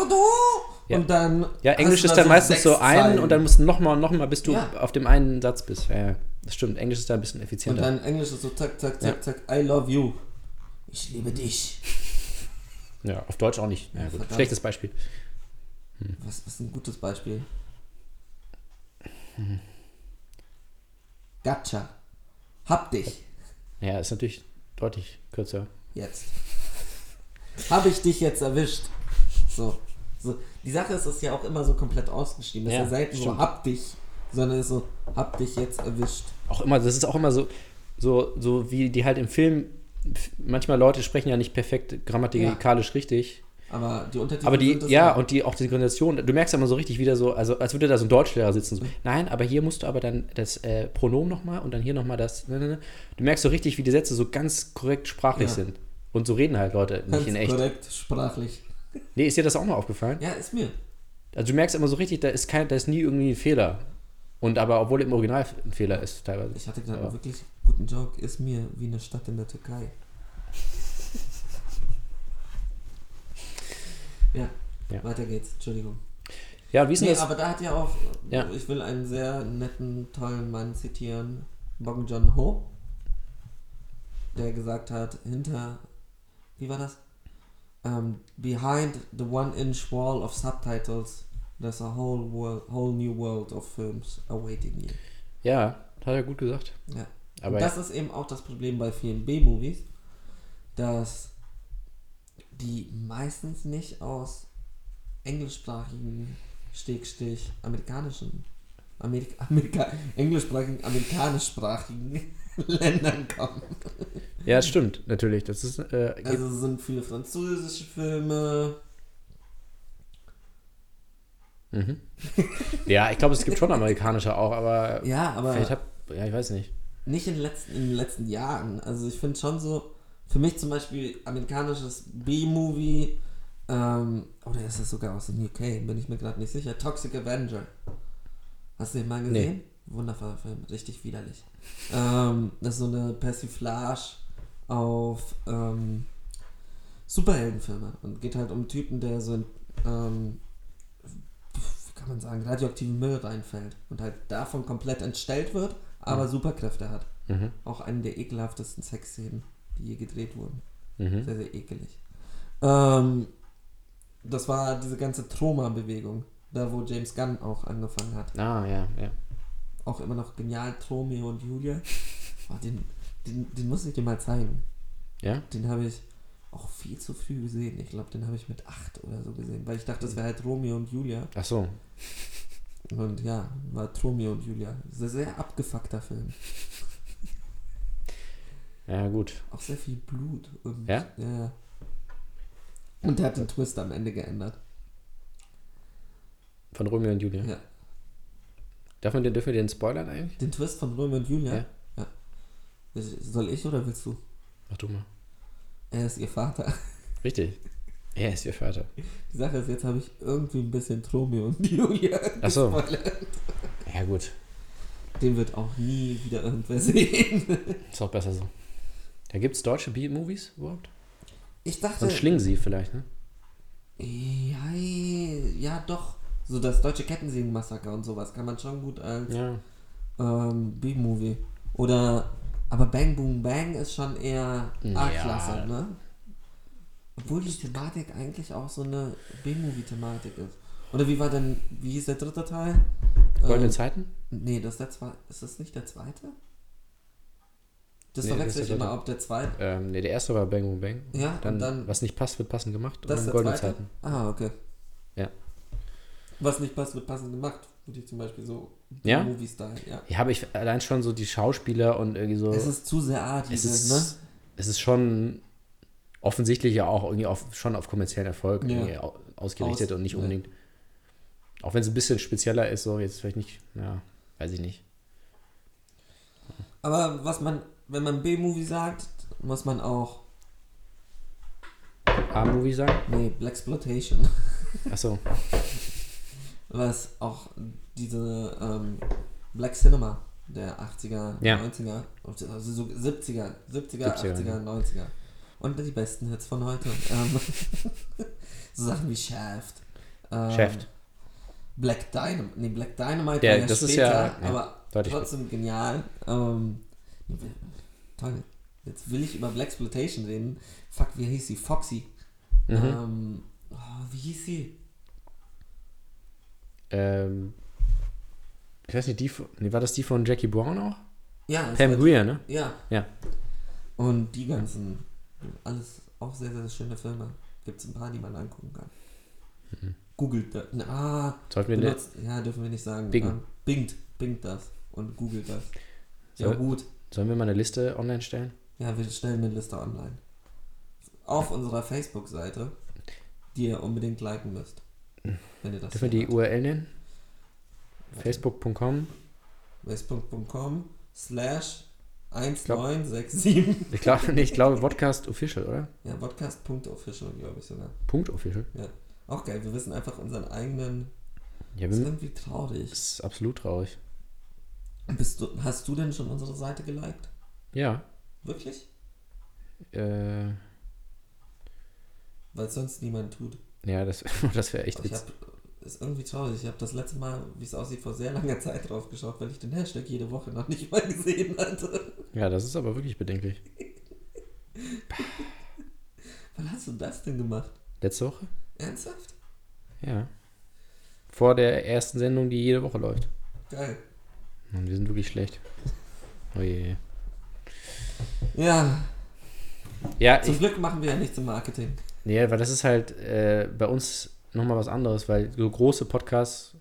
[SPEAKER 4] Ja.
[SPEAKER 3] Und dann.
[SPEAKER 4] ja
[SPEAKER 3] hast
[SPEAKER 4] Englisch
[SPEAKER 3] du
[SPEAKER 4] ist
[SPEAKER 3] da
[SPEAKER 4] dann
[SPEAKER 3] so
[SPEAKER 4] meistens so
[SPEAKER 3] sechs
[SPEAKER 4] ein
[SPEAKER 3] Zeilen.
[SPEAKER 4] und dann musst du nochmal und nochmal, bis du
[SPEAKER 3] Ja.
[SPEAKER 4] auf dem einen Satz bist. Ja, ja. Das stimmt. Englisch ist da ein bisschen
[SPEAKER 3] Und
[SPEAKER 4] effizienter.
[SPEAKER 3] dann Englisch ist so zack, zack, zack,
[SPEAKER 4] Ja.
[SPEAKER 3] zack, I love you. Ich liebe dich.
[SPEAKER 4] Ja, auf Deutsch auch nicht. Ja, gut.
[SPEAKER 3] verdammt.
[SPEAKER 4] Schlechtes Beispiel.
[SPEAKER 3] Was ist ein gutes
[SPEAKER 4] <laughs>
[SPEAKER 3] Beispiel? Gacha. Hab dich.
[SPEAKER 4] Ja, ist natürlich deutlich kürzer.
[SPEAKER 3] Jetzt. Hab ich dich jetzt erwischt. So. so. Die Sache ist, es ist ja auch immer so komplett ausgeschrieben. Das
[SPEAKER 4] Ja,
[SPEAKER 3] ist ja selten
[SPEAKER 4] stimmt.
[SPEAKER 3] so hab dich, sondern es ist so hab dich jetzt erwischt.
[SPEAKER 4] Auch immer, das ist auch immer so, so, so wie die halt im Film. Manchmal Leute sprechen ja nicht perfekt grammatikalisch richtig.
[SPEAKER 3] Aber die Untertitel
[SPEAKER 4] Aber die,
[SPEAKER 3] sind es
[SPEAKER 4] ja, und die auch die Synchronisation, du merkst ja immer so richtig wieder so, also als würde da so ein Deutschlehrer sitzen. So, nein, aber hier musst du aber dann das äh, Pronomen nochmal und dann hier nochmal das. Ne, ne, ne. Du merkst so richtig, wie die Sätze so ganz korrekt sprachlich
[SPEAKER 3] Ja.
[SPEAKER 4] sind. Und so reden halt Leute,
[SPEAKER 3] ganz
[SPEAKER 4] nicht in echt.
[SPEAKER 3] korrekt sprachlich.
[SPEAKER 4] Nee, ist dir das auch mal aufgefallen?
[SPEAKER 3] Ja, ist mir.
[SPEAKER 4] Also du merkst immer so richtig, da ist kein, da ist nie irgendwie ein Fehler. Und aber obwohl im Original ein Fehler ist teilweise.
[SPEAKER 3] Ich hatte gerade
[SPEAKER 4] Aber-
[SPEAKER 3] einen wirklich guten Joke. Ist mir wie eine Stadt in der Türkei. ja,
[SPEAKER 4] Ja.
[SPEAKER 3] weiter geht's. Entschuldigung.
[SPEAKER 4] Ja, wie ist denn
[SPEAKER 3] Nee,
[SPEAKER 4] das?
[SPEAKER 3] aber da hat ja auch,
[SPEAKER 4] Ja.
[SPEAKER 3] ich will einen sehr netten, tollen Mann zitieren, Bong Joon Ho, der gesagt hat, hinter, wie war das? Ähm, behind the one-inch wall of subtitles, there's a whole, world, whole new world of films awaiting you.
[SPEAKER 4] Ja, hat er gut gesagt.
[SPEAKER 3] Ja.
[SPEAKER 4] Aber
[SPEAKER 3] und das ist eben auch das Problem bei vielen B-Movies, dass die meistens nicht aus englischsprachigen, Stichstich, amerikanischen, Amerika, Amerika, englischsprachigen, amerikanischsprachigen <laughs> Ländern kommen.
[SPEAKER 4] ja, das stimmt, natürlich. Das ist äh,
[SPEAKER 3] Also es sind viele französische Filme.
[SPEAKER 4] Ja, ich glaube, es gibt schon
[SPEAKER 3] <laughs>
[SPEAKER 4] amerikanische auch, aber
[SPEAKER 3] Ja, aber
[SPEAKER 4] vielleicht hab, ja, ich weiß nicht.
[SPEAKER 3] nicht in den letzten, in den letzten Jahren. Also ich finde schon so, für mich zum Beispiel amerikanisches B-Movie, ähm, oder ist das sogar aus den UK, bin ich mir gerade nicht sicher, Toxic Avenger. Hast du den mal gesehen? Wundervoller Film, richtig widerlich. Ähm, das ist so eine Persiflage auf ähm, Superheldenfilme und geht halt um einen Typen, der so in, ähm, wie kann man sagen, radioaktiven Müll reinfällt und halt davon komplett entstellt wird, aber Superkräfte hat. Auch eine der ekelhaftesten Sexszenen, die je gedreht wurden.
[SPEAKER 4] Mhm.
[SPEAKER 3] Sehr, sehr ekelig. Ähm, das war diese ganze Troma-Bewegung, da wo James Gunn auch angefangen hat.
[SPEAKER 4] Ah, ja, ja.
[SPEAKER 3] Auch immer noch genial, Tromeo und Julia. Oh, den, den, den muss ich dir mal zeigen.
[SPEAKER 4] Ja?
[SPEAKER 3] Den habe ich auch viel zu früh gesehen. Ich glaube, den habe ich mit acht oder so gesehen, weil ich dachte, das wäre halt Romeo und Julia.
[SPEAKER 4] Ach so.
[SPEAKER 3] Und ja, war Romeo und Julia. Sehr, sehr abgefuckter Film.
[SPEAKER 4] Ja, gut.
[SPEAKER 3] Auch sehr viel Blut. Und,
[SPEAKER 4] Ja?
[SPEAKER 3] ja. Und der hat den Twist am Ende geändert.
[SPEAKER 4] Von Romeo und Julia.
[SPEAKER 3] Ja.
[SPEAKER 4] Darf man den, dürfen wir den spoilern eigentlich?
[SPEAKER 3] Den Twist von Romeo und Julia?
[SPEAKER 4] Ja.
[SPEAKER 3] Ja. Soll ich oder willst du?
[SPEAKER 4] Mach du mal.
[SPEAKER 3] Er ist ihr Vater.
[SPEAKER 4] Richtig. Er ist ihr
[SPEAKER 3] <laughs>
[SPEAKER 4] Vater.
[SPEAKER 3] Die Sache ist, jetzt habe ich irgendwie ein bisschen Romeo und Julia.
[SPEAKER 4] Ach so.
[SPEAKER 3] gespoilert.
[SPEAKER 4] Ja, gut.
[SPEAKER 3] Den wird auch nie wieder irgendwer sehen.
[SPEAKER 4] Ist auch besser so. Da gibt es deutsche B-Movies überhaupt?
[SPEAKER 3] Ich dachte.
[SPEAKER 4] Sonst schlingen sie vielleicht, ne?
[SPEAKER 3] Ja, ja, doch. So das deutsche Kettensägen-Massaker und sowas kann man schon gut als
[SPEAKER 4] Ja.
[SPEAKER 3] ähm, B-Movie. Oder. Aber Bang Boom Bang ist schon eher A-Klasse,
[SPEAKER 4] Ja.
[SPEAKER 3] ne? Obwohl die Thematik eigentlich auch so eine B-Movie-Thematik ist. Oder wie war denn. Wie hieß der dritte Teil?
[SPEAKER 4] Goldene
[SPEAKER 3] Ähm,
[SPEAKER 4] Zeiten?
[SPEAKER 3] Nee, das ist der zweite. Ist das nicht der zweite? Das
[SPEAKER 4] Nee, das ist
[SPEAKER 3] verwechsel ich
[SPEAKER 4] der
[SPEAKER 3] immer,
[SPEAKER 4] dritte.
[SPEAKER 3] ob der zweite.
[SPEAKER 4] Ähm, ne, der erste war Bang Boom Bang.
[SPEAKER 3] Ja, und
[SPEAKER 4] dann,
[SPEAKER 3] dann-
[SPEAKER 4] Was nicht passt, wird passend gemacht.
[SPEAKER 3] Das
[SPEAKER 4] und
[SPEAKER 3] ist der
[SPEAKER 4] dann Goldene
[SPEAKER 3] zweite.
[SPEAKER 4] Zeiten.
[SPEAKER 3] Ah, okay.
[SPEAKER 4] Ja.
[SPEAKER 3] Was nicht passt, wird passend gemacht. Würde ich zum Beispiel so.
[SPEAKER 4] Ja?
[SPEAKER 3] Movie-Style, ja.
[SPEAKER 4] Ja, aber ich allein schon so die Schauspieler und irgendwie so.
[SPEAKER 3] Es ist zu sehr A,
[SPEAKER 4] es
[SPEAKER 3] dieses,
[SPEAKER 4] ist,
[SPEAKER 3] ne?
[SPEAKER 4] es ist schon offensichtlich ja auch irgendwie auf, schon auf kommerziellen Erfolg
[SPEAKER 3] Ja.
[SPEAKER 4] irgendwie au- ausgerichtet
[SPEAKER 3] Aus-
[SPEAKER 4] und nicht
[SPEAKER 3] ja.
[SPEAKER 4] unbedingt. Auch wenn es ein bisschen spezieller ist, so jetzt vielleicht nicht, ja, weiß ich nicht.
[SPEAKER 3] Aber was man, wenn man B-Movie sagt, muss man auch.
[SPEAKER 4] A-Movie sagen?
[SPEAKER 3] Nee, Black Exploitation.
[SPEAKER 4] Achso,
[SPEAKER 3] Was auch diese ähm, Black Cinema der 80er,
[SPEAKER 4] Ja.
[SPEAKER 3] 90er, also so 70er, 70er,
[SPEAKER 4] 70er,
[SPEAKER 3] 80er,
[SPEAKER 4] ja.
[SPEAKER 3] 90er. Und die besten Hits von heute. ähm, <laughs> so Sachen wie Shaft. Ähm,
[SPEAKER 4] Shaft.
[SPEAKER 3] Black Dynamite. Nee, Black Dynamite
[SPEAKER 4] Ja,
[SPEAKER 3] war ja
[SPEAKER 4] das ist
[SPEAKER 3] später,
[SPEAKER 4] ja- ja,
[SPEAKER 3] aber
[SPEAKER 4] deutlich
[SPEAKER 3] trotzdem genial. Ähm, toll. Jetzt will ich über Black Exploitation reden. Fuck, wie hieß sie? Foxy.
[SPEAKER 4] Mhm.
[SPEAKER 3] Ähm, oh, wie hieß sie?
[SPEAKER 4] Ähm, ich weiß nicht, die von, nee, war das die von Jackie Brown auch?
[SPEAKER 3] Ja, es
[SPEAKER 4] Pam
[SPEAKER 3] war-
[SPEAKER 4] Grier, ne?
[SPEAKER 3] Ja,
[SPEAKER 4] Ja.
[SPEAKER 3] Und die ganzen, alles auch sehr, sehr schöne Filme. Gibt es ein paar, die man angucken kann.
[SPEAKER 4] Mhm.
[SPEAKER 3] Googelt das. Ah,
[SPEAKER 4] Sollten wir ne-
[SPEAKER 3] benutzt, ja, dürfen wir nicht sagen.
[SPEAKER 4] Bingen.
[SPEAKER 3] Ähm, bingt, bingt das und googelt das. Ja,
[SPEAKER 4] Soll-
[SPEAKER 3] gut.
[SPEAKER 4] Sollen wir mal eine Liste online stellen?
[SPEAKER 3] Ja, wir stellen eine Liste online. Auf unserer Facebook-Seite, die ihr unbedingt liken müsst. Wenn ihr das
[SPEAKER 4] Dürfen wir die
[SPEAKER 3] hier
[SPEAKER 4] URL nennen? Facebook.com.
[SPEAKER 3] habt. Facebook.com slash 1967.
[SPEAKER 4] Ich glaube, <laughs> nee, ich glaube, Podcast Official, oder?
[SPEAKER 3] Ja, podcast.official, glaube ich sogar.
[SPEAKER 4] Punkt Official.
[SPEAKER 3] Ja. Auch geil, wir wissen einfach unseren eigenen.
[SPEAKER 4] Ja,
[SPEAKER 3] Das ist
[SPEAKER 4] wir,
[SPEAKER 3] irgendwie traurig.
[SPEAKER 4] das ist absolut traurig.
[SPEAKER 3] Bist du, hast du denn schon unsere Seite geliked?
[SPEAKER 4] Ja.
[SPEAKER 3] Wirklich?
[SPEAKER 4] Äh,
[SPEAKER 3] Weil sonst niemand tut.
[SPEAKER 4] ja, das, <laughs> das wäre echt
[SPEAKER 3] Ich
[SPEAKER 4] witzig.
[SPEAKER 3] hab, ist irgendwie traurig. Ich habe das letzte Mal, wie es aussieht, vor sehr langer Zeit drauf geschaut, weil ich den Hashtag jede Woche noch nicht mal gesehen hatte.
[SPEAKER 4] Ja, das ist aber wirklich bedenklich.
[SPEAKER 3] Wann hast du das denn gemacht?
[SPEAKER 4] Letzte Woche?
[SPEAKER 3] Ernsthaft?
[SPEAKER 4] Ja. Vor der ersten Sendung, die jede Woche läuft.
[SPEAKER 3] Geil.
[SPEAKER 4] Und wir sind wirklich schlecht. Oh je.
[SPEAKER 3] Ja,
[SPEAKER 4] Ja,
[SPEAKER 3] zum
[SPEAKER 4] ich,
[SPEAKER 3] Glück machen wir ja nichts im Marketing.
[SPEAKER 4] nee, weil das ist halt äh, bei uns nochmal was anderes, weil so große Podcasts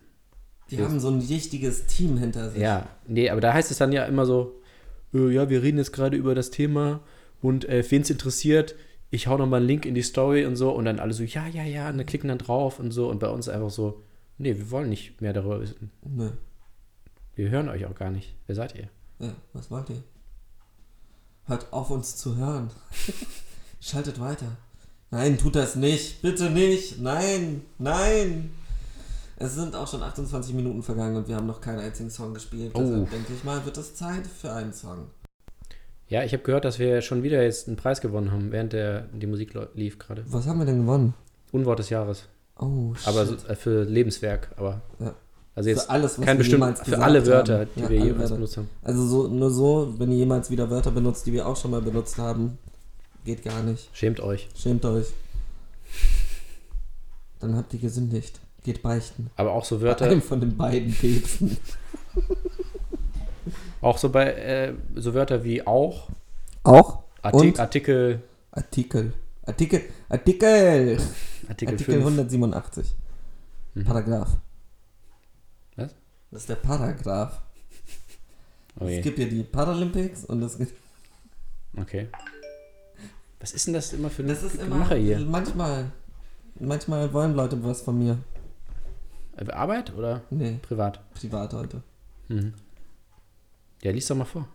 [SPEAKER 3] Die
[SPEAKER 4] Ja.
[SPEAKER 3] haben so ein richtiges Team hinter sich.
[SPEAKER 4] Ja, nee, aber da heißt es dann ja immer so, äh, ja, wir reden jetzt gerade über das Thema und äh, wen es interessiert, ich hau nochmal einen Link in die Story und so und dann alle so, ja, ja, ja, und dann klicken dann drauf und so und bei uns einfach so, nee, wir wollen nicht mehr darüber wissen.
[SPEAKER 3] Nö.
[SPEAKER 4] Wir hören euch auch gar nicht. Wer seid ihr?
[SPEAKER 3] Ja, Äh, was wollt ihr? Hört auf uns zu hören.
[SPEAKER 4] <laughs>
[SPEAKER 3] Schaltet weiter. Nein, tut das nicht. Bitte nicht. Nein, nein. Es sind auch schon 28 Minuten vergangen und wir haben noch keinen einzigen Song gespielt.
[SPEAKER 4] Oh.
[SPEAKER 3] Deshalb denke ich mal, wird es Zeit für einen Song.
[SPEAKER 4] Ja, ich habe gehört, dass wir schon wieder jetzt einen Preis gewonnen haben, während der die Musik lo- lief gerade.
[SPEAKER 3] Was haben wir denn gewonnen?
[SPEAKER 4] Unwort des Jahres,
[SPEAKER 3] Oh,
[SPEAKER 4] aber so,
[SPEAKER 3] shit.
[SPEAKER 4] äh, für Lebenswerk, aber
[SPEAKER 3] Ja.
[SPEAKER 4] also jetzt
[SPEAKER 3] Für alles, was
[SPEAKER 4] kein
[SPEAKER 3] wir
[SPEAKER 4] bestimmt
[SPEAKER 3] jemals
[SPEAKER 4] für
[SPEAKER 3] gesagt
[SPEAKER 4] alle Wörter,
[SPEAKER 3] haben.
[SPEAKER 4] die
[SPEAKER 3] Ja,
[SPEAKER 4] wir
[SPEAKER 3] alle
[SPEAKER 4] jemals
[SPEAKER 3] Wörter.
[SPEAKER 4] benutzt haben.
[SPEAKER 3] Also so, nur so, wenn ihr jemals wieder Wörter benutzt, die wir auch schon mal benutzt haben, geht gar nicht.
[SPEAKER 4] Schämt euch.
[SPEAKER 3] Schämt euch. Dann habt ihr gesündigt. Geht beichten.
[SPEAKER 4] Aber auch so
[SPEAKER 3] Bei
[SPEAKER 4] Wörter.
[SPEAKER 3] einem von den beiden Päpsten.
[SPEAKER 4] Auch so bei äh, so Wörter wie auch,
[SPEAKER 3] Auch?
[SPEAKER 4] Arti
[SPEAKER 3] Und?
[SPEAKER 4] Artikel,
[SPEAKER 3] Artikel. Artikel. Artikel.
[SPEAKER 4] Artikel,
[SPEAKER 3] Artikel
[SPEAKER 4] 5.
[SPEAKER 3] 187. Paragraph.
[SPEAKER 4] Was?
[SPEAKER 3] Das ist der Paragraph. Es
[SPEAKER 4] Okay.
[SPEAKER 3] gibt ja die Paralympics und es gibt.
[SPEAKER 4] okay. Was ist denn das immer für ein
[SPEAKER 3] Das ist immer.
[SPEAKER 4] Mache hier?
[SPEAKER 3] Manchmal. Manchmal wollen Leute was von mir.
[SPEAKER 4] Äh, Arbeit oder
[SPEAKER 3] Nee,
[SPEAKER 4] privat?
[SPEAKER 3] privat heute.
[SPEAKER 4] Ja, lies doch mal vor.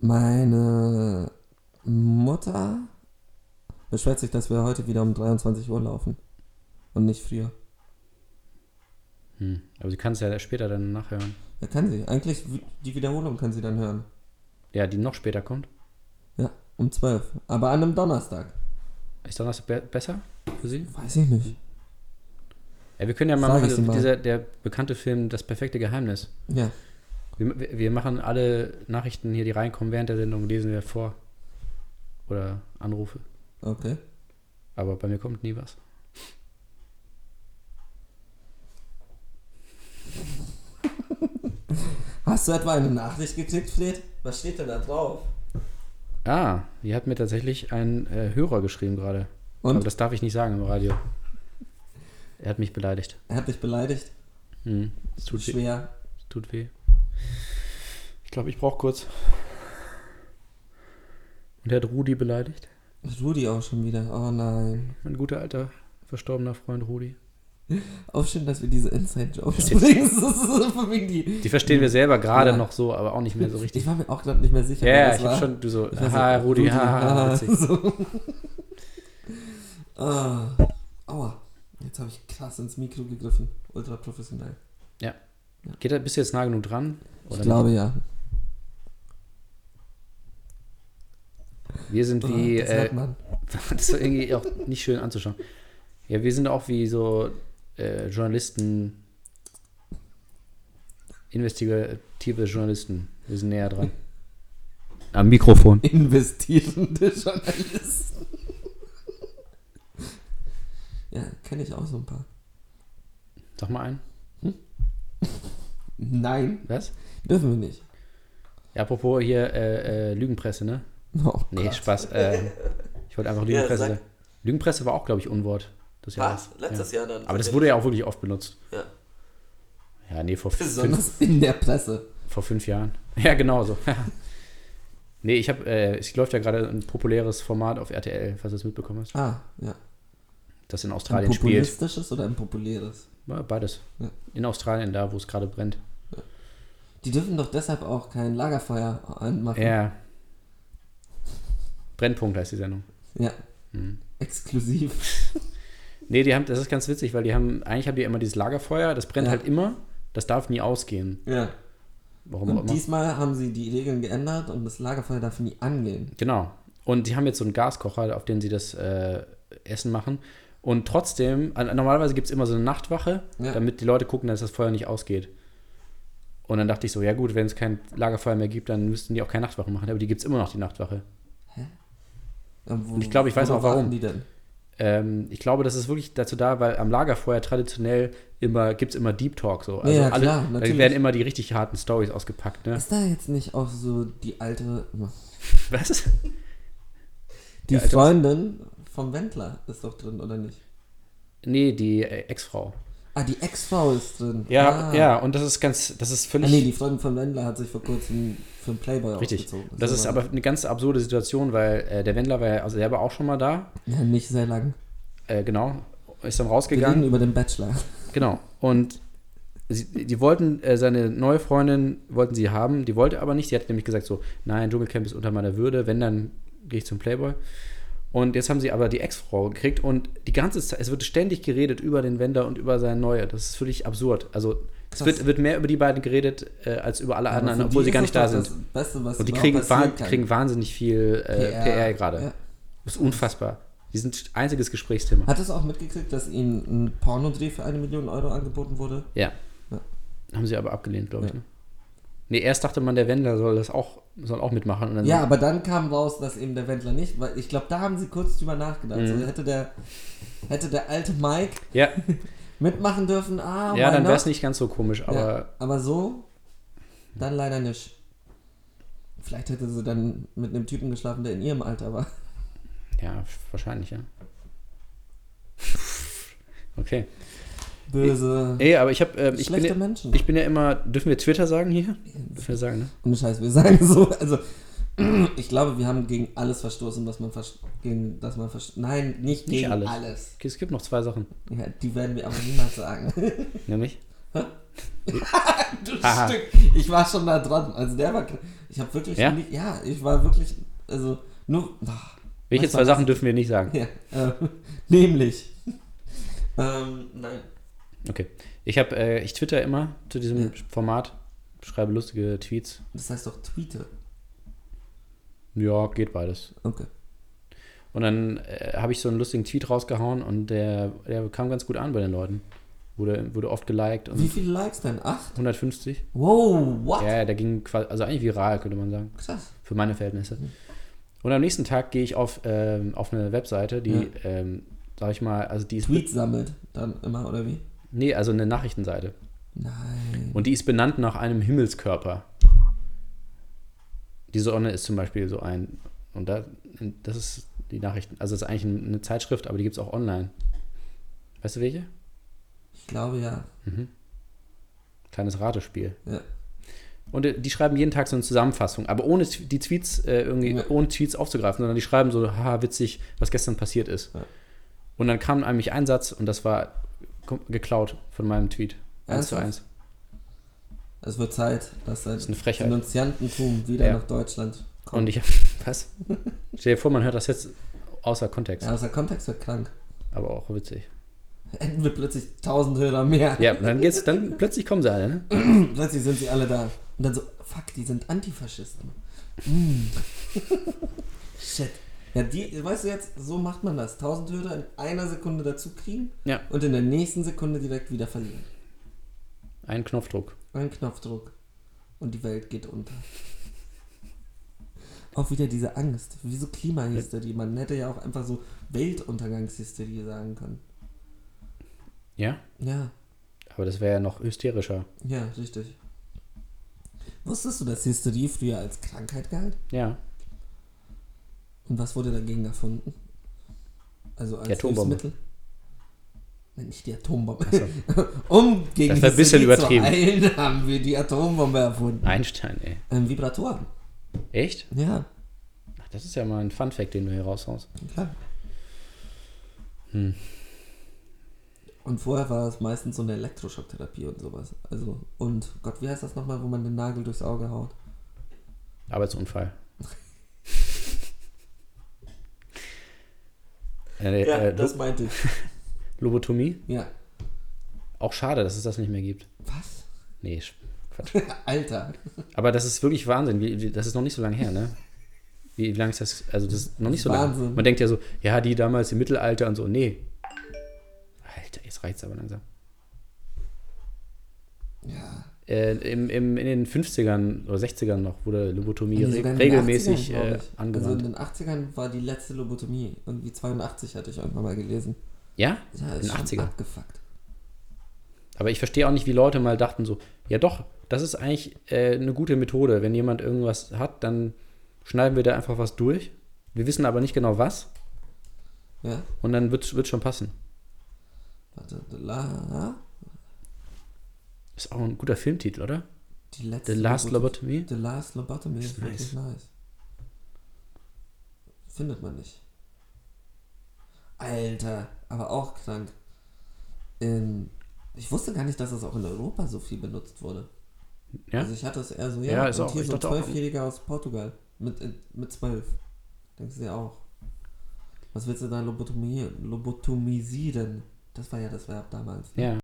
[SPEAKER 3] Meine Mutter beschwert sich, dass wir heute wieder um 23 Uhr laufen. Und nicht früher.
[SPEAKER 4] Hm. Aber sie kann es ja später dann nachhören.
[SPEAKER 3] Ja, kann sie. Eigentlich, w- die Wiederholung kann sie dann hören.
[SPEAKER 4] Ja, die noch später kommt.
[SPEAKER 3] Ja, um 12. Aber an einem Donnerstag.
[SPEAKER 4] Ist Donnerstag be besser für sie?
[SPEAKER 3] Weiß ich nicht.
[SPEAKER 4] Ja, wir können ja mal
[SPEAKER 3] Sag ich sie
[SPEAKER 4] machen,
[SPEAKER 3] mal.
[SPEAKER 4] Dieser, der bekannte Film Das perfekte Geheimnis.
[SPEAKER 3] Ja,
[SPEAKER 4] Wir, wir wir machen alle Nachrichten hier, die reinkommen während der Sendung, lesen wir vor. Oder Anrufe.
[SPEAKER 3] okay.
[SPEAKER 4] Aber bei mir kommt nie was.
[SPEAKER 3] Hast du etwa eine Nachricht geklickt, Fred? Was steht denn da drauf?
[SPEAKER 4] Ah, hier hat mir tatsächlich ein äh, Hörer geschrieben gerade.
[SPEAKER 3] Und?
[SPEAKER 4] Aber das darf ich nicht sagen im Radio. Er hat mich beleidigt.
[SPEAKER 3] Er hat dich beleidigt.
[SPEAKER 4] Hm, es tut weh.
[SPEAKER 3] Schwer.
[SPEAKER 4] Es tut weh. Ich glaube, ich brauche kurz. Und er hat Rudi beleidigt.
[SPEAKER 3] Rudi auch schon wieder. Oh nein.
[SPEAKER 4] Mein guter alter verstorbener Freund Rudi.
[SPEAKER 3] Auch schön, dass wir diese Inside-Jokes bringen. <laughs> Das ist von wegen die.
[SPEAKER 4] Die verstehen wir selber gerade
[SPEAKER 3] Ja.
[SPEAKER 4] noch so, aber auch nicht mehr so
[SPEAKER 3] <laughs>
[SPEAKER 4] richtig.
[SPEAKER 3] Ich war mir auch gerade nicht mehr sicher.
[SPEAKER 4] Ja,
[SPEAKER 3] wer
[SPEAKER 4] ja,
[SPEAKER 3] das
[SPEAKER 4] ich hab
[SPEAKER 3] war.
[SPEAKER 4] schon, du so,
[SPEAKER 3] war so,
[SPEAKER 4] haha, Rudi,
[SPEAKER 3] Rudi,
[SPEAKER 4] haha,
[SPEAKER 3] ah,
[SPEAKER 4] witzig.
[SPEAKER 3] so. <laughs> ah, aua. Jetzt habe ich krass ins Mikro gegriffen. Ultra professionell.
[SPEAKER 4] Ja. Geht, da- bist du jetzt nah genug dran?
[SPEAKER 3] Ich glaube ja.
[SPEAKER 4] Wir sind wie,
[SPEAKER 3] Ah, das hört
[SPEAKER 4] äh,
[SPEAKER 3] man.
[SPEAKER 4] <laughs> das war irgendwie auch nicht schön anzuschauen. Ja, wir sind auch wie so äh, Journalisten, investigative Journalisten. Wir sind näher dran. Am Mikrofon.
[SPEAKER 3] Investierende Journalisten. <laughs> ja, kenne ich auch so ein paar.
[SPEAKER 4] Sag mal ein.
[SPEAKER 3] Nein,
[SPEAKER 4] Was?
[SPEAKER 3] dürfen wir nicht.
[SPEAKER 4] Ja, apropos hier äh, äh, Lügenpresse, ne?
[SPEAKER 3] Oh,
[SPEAKER 4] Nee,
[SPEAKER 3] Gott.
[SPEAKER 4] Spaß. Äh, ich wollte einfach
[SPEAKER 3] <laughs> Ja,
[SPEAKER 4] Lügenpresse
[SPEAKER 3] sag.
[SPEAKER 4] sagen. Lügenpresse war auch, glaube ich, Unwort. Das Jahr.
[SPEAKER 3] Was? Ah, Letztes Jahr dann.
[SPEAKER 4] Aber das wurde ja auch wirklich oft benutzt.
[SPEAKER 3] Ja.
[SPEAKER 4] Ja, nee,
[SPEAKER 3] <laughs>
[SPEAKER 4] vor fünf,
[SPEAKER 3] Besonders in der Presse.
[SPEAKER 4] vor fünf Jahren. <laughs> Ja, genau so. nee, ich habe, äh, es läuft ja gerade ein populäres Format auf RTL, falls du es mitbekommen hast,
[SPEAKER 3] Ah, ja.
[SPEAKER 4] das in
[SPEAKER 3] Ein
[SPEAKER 4] Australien spielt.
[SPEAKER 3] populistisches oder ein populäres?
[SPEAKER 4] Ja, beides.
[SPEAKER 3] Ja.
[SPEAKER 4] In Australien, da, wo es gerade brennt.
[SPEAKER 3] Die dürfen doch deshalb auch kein Lagerfeuer anmachen.
[SPEAKER 4] Ja. Brennpunkt heißt die Sendung.
[SPEAKER 3] Ja.
[SPEAKER 4] Mhm.
[SPEAKER 3] Exklusiv.
[SPEAKER 4] Nee, die haben, das ist ganz witzig, weil die haben, eigentlich haben die immer dieses Lagerfeuer, das brennt
[SPEAKER 3] Ja.
[SPEAKER 4] halt immer, das darf nie ausgehen.
[SPEAKER 3] Ja.
[SPEAKER 4] Warum auch
[SPEAKER 3] Und
[SPEAKER 4] immer.
[SPEAKER 3] diesmal haben sie die Regeln geändert und das Lagerfeuer darf nie angehen.
[SPEAKER 4] Genau. Und die haben jetzt so einen Gaskocher, auf den sie das äh, Essen machen. Und trotzdem, an- normalerweise gibt es immer so eine Nachtwache,
[SPEAKER 3] Ja.
[SPEAKER 4] damit die Leute gucken, dass das Feuer nicht ausgeht. Und dann dachte ich so, ja gut, wenn es kein Lagerfeuer mehr gibt, dann müssten die auch keine Nachtwache machen. Aber die gibt es immer noch, die Nachtwache.
[SPEAKER 3] Und
[SPEAKER 4] ich glaube, ich weiß auch warum.
[SPEAKER 3] Die denn?
[SPEAKER 4] Ähm, ich glaube, das ist wirklich dazu da, weil am Lagerfeuer traditionell immer gibt es immer Deep Talk. So. Also
[SPEAKER 3] ja,
[SPEAKER 4] alle,
[SPEAKER 3] klar,
[SPEAKER 4] da
[SPEAKER 3] natürlich.
[SPEAKER 4] werden immer die richtig harten Stories ausgepackt. Ne?
[SPEAKER 3] Ist da jetzt nicht auch so die alte.
[SPEAKER 4] <laughs> Was?
[SPEAKER 3] Die
[SPEAKER 4] Ja, Alter, was-
[SPEAKER 3] Freundin vom Wendler ist doch drin, oder nicht?
[SPEAKER 4] Nee, die äh, Ex-Frau.
[SPEAKER 3] Ah, die Ex-Frau ist drin.
[SPEAKER 4] Ja,
[SPEAKER 3] ah.
[SPEAKER 4] ja, und das ist ganz, das ist völlig.
[SPEAKER 3] Ah, nee, die Freundin von Wendler hat sich vor kurzem für einen Playboy
[SPEAKER 4] Richtig.
[SPEAKER 3] ausgezogen. ne?
[SPEAKER 4] Das ist aber eine ganz absurde Situation, weil äh, der Wendler war ja also selber auch schon mal da.
[SPEAKER 3] Ja, nicht sehr lang.
[SPEAKER 4] Äh, genau. Ist dann
[SPEAKER 3] Wir reden
[SPEAKER 4] rausgegangen.
[SPEAKER 3] über den Bachelor.
[SPEAKER 4] Genau. Und sie, die wollten, äh, seine neue Freundin wollten sie haben. Die wollte aber nicht. Sie hat nämlich gesagt so, nein, Dschungelcamp ist unter meiner Würde. Wenn, dann gehe ich zum Playboy. Und jetzt haben sie aber die Ex-Frau gekriegt und die ganze Zeit, es wird ständig geredet über den Wender und über seine Neue. Das ist völlig absurd. Also es
[SPEAKER 3] Krass.
[SPEAKER 4] wird, wird mehr über die beiden geredet äh, als über alle
[SPEAKER 3] Aber
[SPEAKER 4] anderen,
[SPEAKER 3] für
[SPEAKER 4] obwohl
[SPEAKER 3] Also die
[SPEAKER 4] sie gar
[SPEAKER 3] ist
[SPEAKER 4] nicht da
[SPEAKER 3] das doch
[SPEAKER 4] sind.
[SPEAKER 3] Das Beste, was
[SPEAKER 4] Und die
[SPEAKER 3] überhaupt
[SPEAKER 4] kriegen,
[SPEAKER 3] passieren
[SPEAKER 4] wahn,
[SPEAKER 3] kann.
[SPEAKER 4] kriegen wahnsinnig viel äh, PR, gerade.
[SPEAKER 3] halt. Ja.
[SPEAKER 4] Das ist unfassbar. Die sind einziges Gesprächsthema.
[SPEAKER 3] Hat es auch mitgekriegt, dass ihnen ein Pornodreh für eine Million Euro angeboten wurde?
[SPEAKER 4] ja.
[SPEAKER 3] Ja.
[SPEAKER 4] Haben sie aber abgelehnt, glaube ich.
[SPEAKER 3] Ja.
[SPEAKER 4] Ne? Nee, erst dachte man, der Wendler soll das auch, soll auch mitmachen. Und dann
[SPEAKER 3] Ja, aber dann kam raus, dass eben der Wendler nicht, weil ich glaube, da haben sie kurz drüber nachgedacht.
[SPEAKER 4] Mhm.
[SPEAKER 3] So, hätte, der, hätte der alte Mike <laughs>
[SPEAKER 4] ja,
[SPEAKER 3] mitmachen dürfen, ah,
[SPEAKER 4] ja
[SPEAKER 3] why
[SPEAKER 4] dann
[SPEAKER 3] not?
[SPEAKER 4] wäre es nicht ganz so komisch, aber
[SPEAKER 3] ja, aber so, dann leider nicht. Vielleicht hätte sie dann mit einem Typen geschlafen, der in ihrem Alter
[SPEAKER 4] <laughs>
[SPEAKER 3] war.
[SPEAKER 4] ja, wahrscheinlich, ja. <laughs> Okay.
[SPEAKER 3] Böse.
[SPEAKER 4] Ey, aber ich habe, ähm, ich, bin
[SPEAKER 3] Schlechte
[SPEAKER 4] ja,
[SPEAKER 3] Menschen.
[SPEAKER 4] ich bin ja immer, dürfen wir Twitter sagen hier? Dürfen wir sagen, ne?
[SPEAKER 3] Und Scheiß, wir sagen so, also <clears throat> ich glaube, wir haben gegen alles verstoßen, was man vers- gegen das man verstoßen. Nein, nicht gegen
[SPEAKER 4] Nicht alles.
[SPEAKER 3] alles.
[SPEAKER 4] Okay, es gibt noch zwei Sachen,
[SPEAKER 3] Ja, die werden wir aber niemals sagen. <laughs>
[SPEAKER 4] nämlich.
[SPEAKER 3] du
[SPEAKER 4] Haha.
[SPEAKER 3] Stück. Ich war schon da dran. Also der war kn- ich habe wirklich
[SPEAKER 4] Ja?
[SPEAKER 3] nie- ja, ich war wirklich also nur ach,
[SPEAKER 4] Welche
[SPEAKER 3] Was
[SPEAKER 4] zwei
[SPEAKER 3] war das?
[SPEAKER 4] Sachen dürfen wir nicht sagen?
[SPEAKER 3] Ja, äh, <laughs> nämlich. ähm, nein.
[SPEAKER 4] Okay. Ich habe, äh, ich twitter immer zu diesem
[SPEAKER 3] Ja.
[SPEAKER 4] Format, schreibe lustige Tweets.
[SPEAKER 3] Das heißt doch Tweete.
[SPEAKER 4] Ja, geht beides.
[SPEAKER 3] Okay.
[SPEAKER 4] Und dann äh, habe ich so einen lustigen Tweet rausgehauen und der, der kam ganz gut an bei den Leuten. Wurde, wurde oft geliked
[SPEAKER 3] Wie
[SPEAKER 4] und
[SPEAKER 3] viele Likes denn? Acht?
[SPEAKER 4] 150.
[SPEAKER 3] Wow, what?
[SPEAKER 4] Mhm. Ja, ja, der ging quasi, also eigentlich viral, könnte man sagen.
[SPEAKER 3] Krass.
[SPEAKER 4] für meine Verhältnisse. Und am nächsten Tag gehe ich auf, ähm, auf eine Webseite, die,
[SPEAKER 3] Ja.
[SPEAKER 4] ähm, sag ich mal, also die ist.
[SPEAKER 3] Tweets sammelt dann immer, oder wie?
[SPEAKER 4] Nee, also eine Nachrichtenseite.
[SPEAKER 3] Nein.
[SPEAKER 4] Und die ist benannt nach einem Himmelskörper. Die Sonne ist zum Beispiel so ein. Und da, das ist die Nachrichten. Also, das ist eigentlich eine Zeitschrift, aber die gibt es auch online. Weißt du welche?
[SPEAKER 3] Ich glaube ja.
[SPEAKER 4] Kleines Ratespiel.
[SPEAKER 3] Ja.
[SPEAKER 4] Und äh, die schreiben jeden Tag so eine Zusammenfassung, aber ohne t- die Tweets äh, irgendwie,
[SPEAKER 3] Ja.
[SPEAKER 4] ohne Tweets aufzugreifen, sondern die schreiben so, haha, witzig, was gestern passiert ist.
[SPEAKER 3] Ja.
[SPEAKER 4] Und dann kam eigentlich ein Satz und das war kom- geklaut von meinem Tweet. Eins zu
[SPEAKER 3] Ernsthaft?
[SPEAKER 4] eins.
[SPEAKER 3] Es wird Zeit, dass das
[SPEAKER 4] eine Frechheit.
[SPEAKER 3] Denunziantentum wieder
[SPEAKER 4] Ja.
[SPEAKER 3] nach Deutschland kommt.
[SPEAKER 4] Und ich <laughs> was? Stell dir vor, man hört das jetzt außer Kontext,
[SPEAKER 3] ja, unser Kontext wird krank.
[SPEAKER 4] aber auch witzig.
[SPEAKER 3] Hätten wir plötzlich tausend Hörer mehr.
[SPEAKER 4] Ja, dann geht's, dann plötzlich kommen sie alle, ne?
[SPEAKER 3] <clears throat> Plötzlich sind sie alle da. Und dann so, fuck, die sind Antifaschisten. Mm. <laughs> Shit. Ja, die, weißt du jetzt, so macht man das. Tausend Hörer in einer Sekunde dazu kriegen
[SPEAKER 4] Ja,
[SPEAKER 3] und in der nächsten Sekunde direkt wieder verlieren.
[SPEAKER 4] ein Knopfdruck.
[SPEAKER 3] Ein Knopfdruck und die Welt geht unter. Auch wieder diese Angst. Wieso Klimahysterie? Man hätte ja auch einfach so Weltuntergangshysterie sagen können.
[SPEAKER 4] Ja,
[SPEAKER 3] Ja,
[SPEAKER 4] aber das wäre ja noch hysterischer.
[SPEAKER 3] ja, richtig. Wusstest du, dass Hysterie früher als Krankheit galt?
[SPEAKER 4] Ja,
[SPEAKER 3] Und was wurde dagegen erfunden? Also als
[SPEAKER 4] Die Atombombe.
[SPEAKER 3] Hilfsmittel? Nein, nicht die Atombombe.
[SPEAKER 4] so.
[SPEAKER 3] <laughs> um gegen
[SPEAKER 4] Das war ein bisschen
[SPEAKER 3] Hysterie zu
[SPEAKER 4] übertrieben.
[SPEAKER 3] heilen, <laughs> haben wir die Atombombe erfunden.
[SPEAKER 4] Einstein, ey.
[SPEAKER 3] Ähm, Vibratoren.
[SPEAKER 4] Echt?
[SPEAKER 3] Ja,
[SPEAKER 4] Ach, das ist ja mal ein Fun Fact, den du hier raushaust.
[SPEAKER 3] klar.
[SPEAKER 4] Hm.
[SPEAKER 3] Und vorher war es meistens so eine Elektroschocktherapie und sowas. Also, und Gott, wie heißt das nochmal, wo man den Nagel durchs Auge haut?
[SPEAKER 4] Arbeitsunfall. äh,
[SPEAKER 3] Ja,
[SPEAKER 4] äh,
[SPEAKER 3] das
[SPEAKER 4] Lo-
[SPEAKER 3] meinte ich.
[SPEAKER 4] Lobotomie?
[SPEAKER 3] Ja.
[SPEAKER 4] Auch schade, dass es das nicht mehr gibt.
[SPEAKER 3] Was?
[SPEAKER 4] Nee, Sch- Quatsch.
[SPEAKER 3] Alter.
[SPEAKER 4] Aber das ist wirklich Wahnsinn. Wie, wie, das ist noch nicht so lange her, ne? Wie, wie lange ist das? Also, das ist noch nicht so lange.
[SPEAKER 3] Wahnsinn.
[SPEAKER 4] Man denkt ja so, ja, die damals im Mittelalter und so. Nee. Alter, jetzt reicht's aber langsam.
[SPEAKER 3] Ja.
[SPEAKER 4] Äh, im, im, in den 50ern oder 60ern noch wurde Lobotomie
[SPEAKER 3] Nee, sogar
[SPEAKER 4] re
[SPEAKER 3] in den
[SPEAKER 4] regelmäßig
[SPEAKER 3] 80ern, glaub
[SPEAKER 4] äh,
[SPEAKER 3] ich. Also in
[SPEAKER 4] angewandt.
[SPEAKER 3] den 80ern war die letzte Lobotomie. Irgendwie 82 hatte ich irgendwann mal gelesen.
[SPEAKER 4] ja? In
[SPEAKER 3] Ja,
[SPEAKER 4] den
[SPEAKER 3] ist schon
[SPEAKER 4] 80ern.
[SPEAKER 3] abgefuckt.
[SPEAKER 4] Aber ich verstehe auch nicht, wie Leute mal dachten so, ja doch, das ist eigentlich äh, eine gute Methode. Wenn jemand irgendwas hat, dann schneiden wir da einfach was durch. Wir wissen aber nicht genau was
[SPEAKER 3] Ja,
[SPEAKER 4] und dann wird es schon passen.
[SPEAKER 3] warte. The La
[SPEAKER 4] Ist auch ein guter Filmtitel, oder?
[SPEAKER 3] die letzte
[SPEAKER 4] The Last
[SPEAKER 3] Lobot-
[SPEAKER 4] Lobotomy?
[SPEAKER 3] The Last Lobotomy ist
[SPEAKER 4] Ist
[SPEAKER 3] wirklich nice. Findet man nicht. Alter, aber auch krank. Ähm, ich wusste gar nicht, dass das auch in Europa so viel benutzt wurde.
[SPEAKER 4] Ja?
[SPEAKER 3] Also ich hatte es eher so, ja,
[SPEAKER 4] Ja, ist
[SPEAKER 3] und
[SPEAKER 4] auch-
[SPEAKER 3] hier
[SPEAKER 4] ich
[SPEAKER 3] so ein
[SPEAKER 4] dachte auch-
[SPEAKER 3] Zwölfjähriger aus Portugal mit, äh, mit zwölf. Denkst du dir auch. Was willst du da lobotomieren? Lobotomisieren. Das war ja das Verb damals. ne?
[SPEAKER 4] Ja.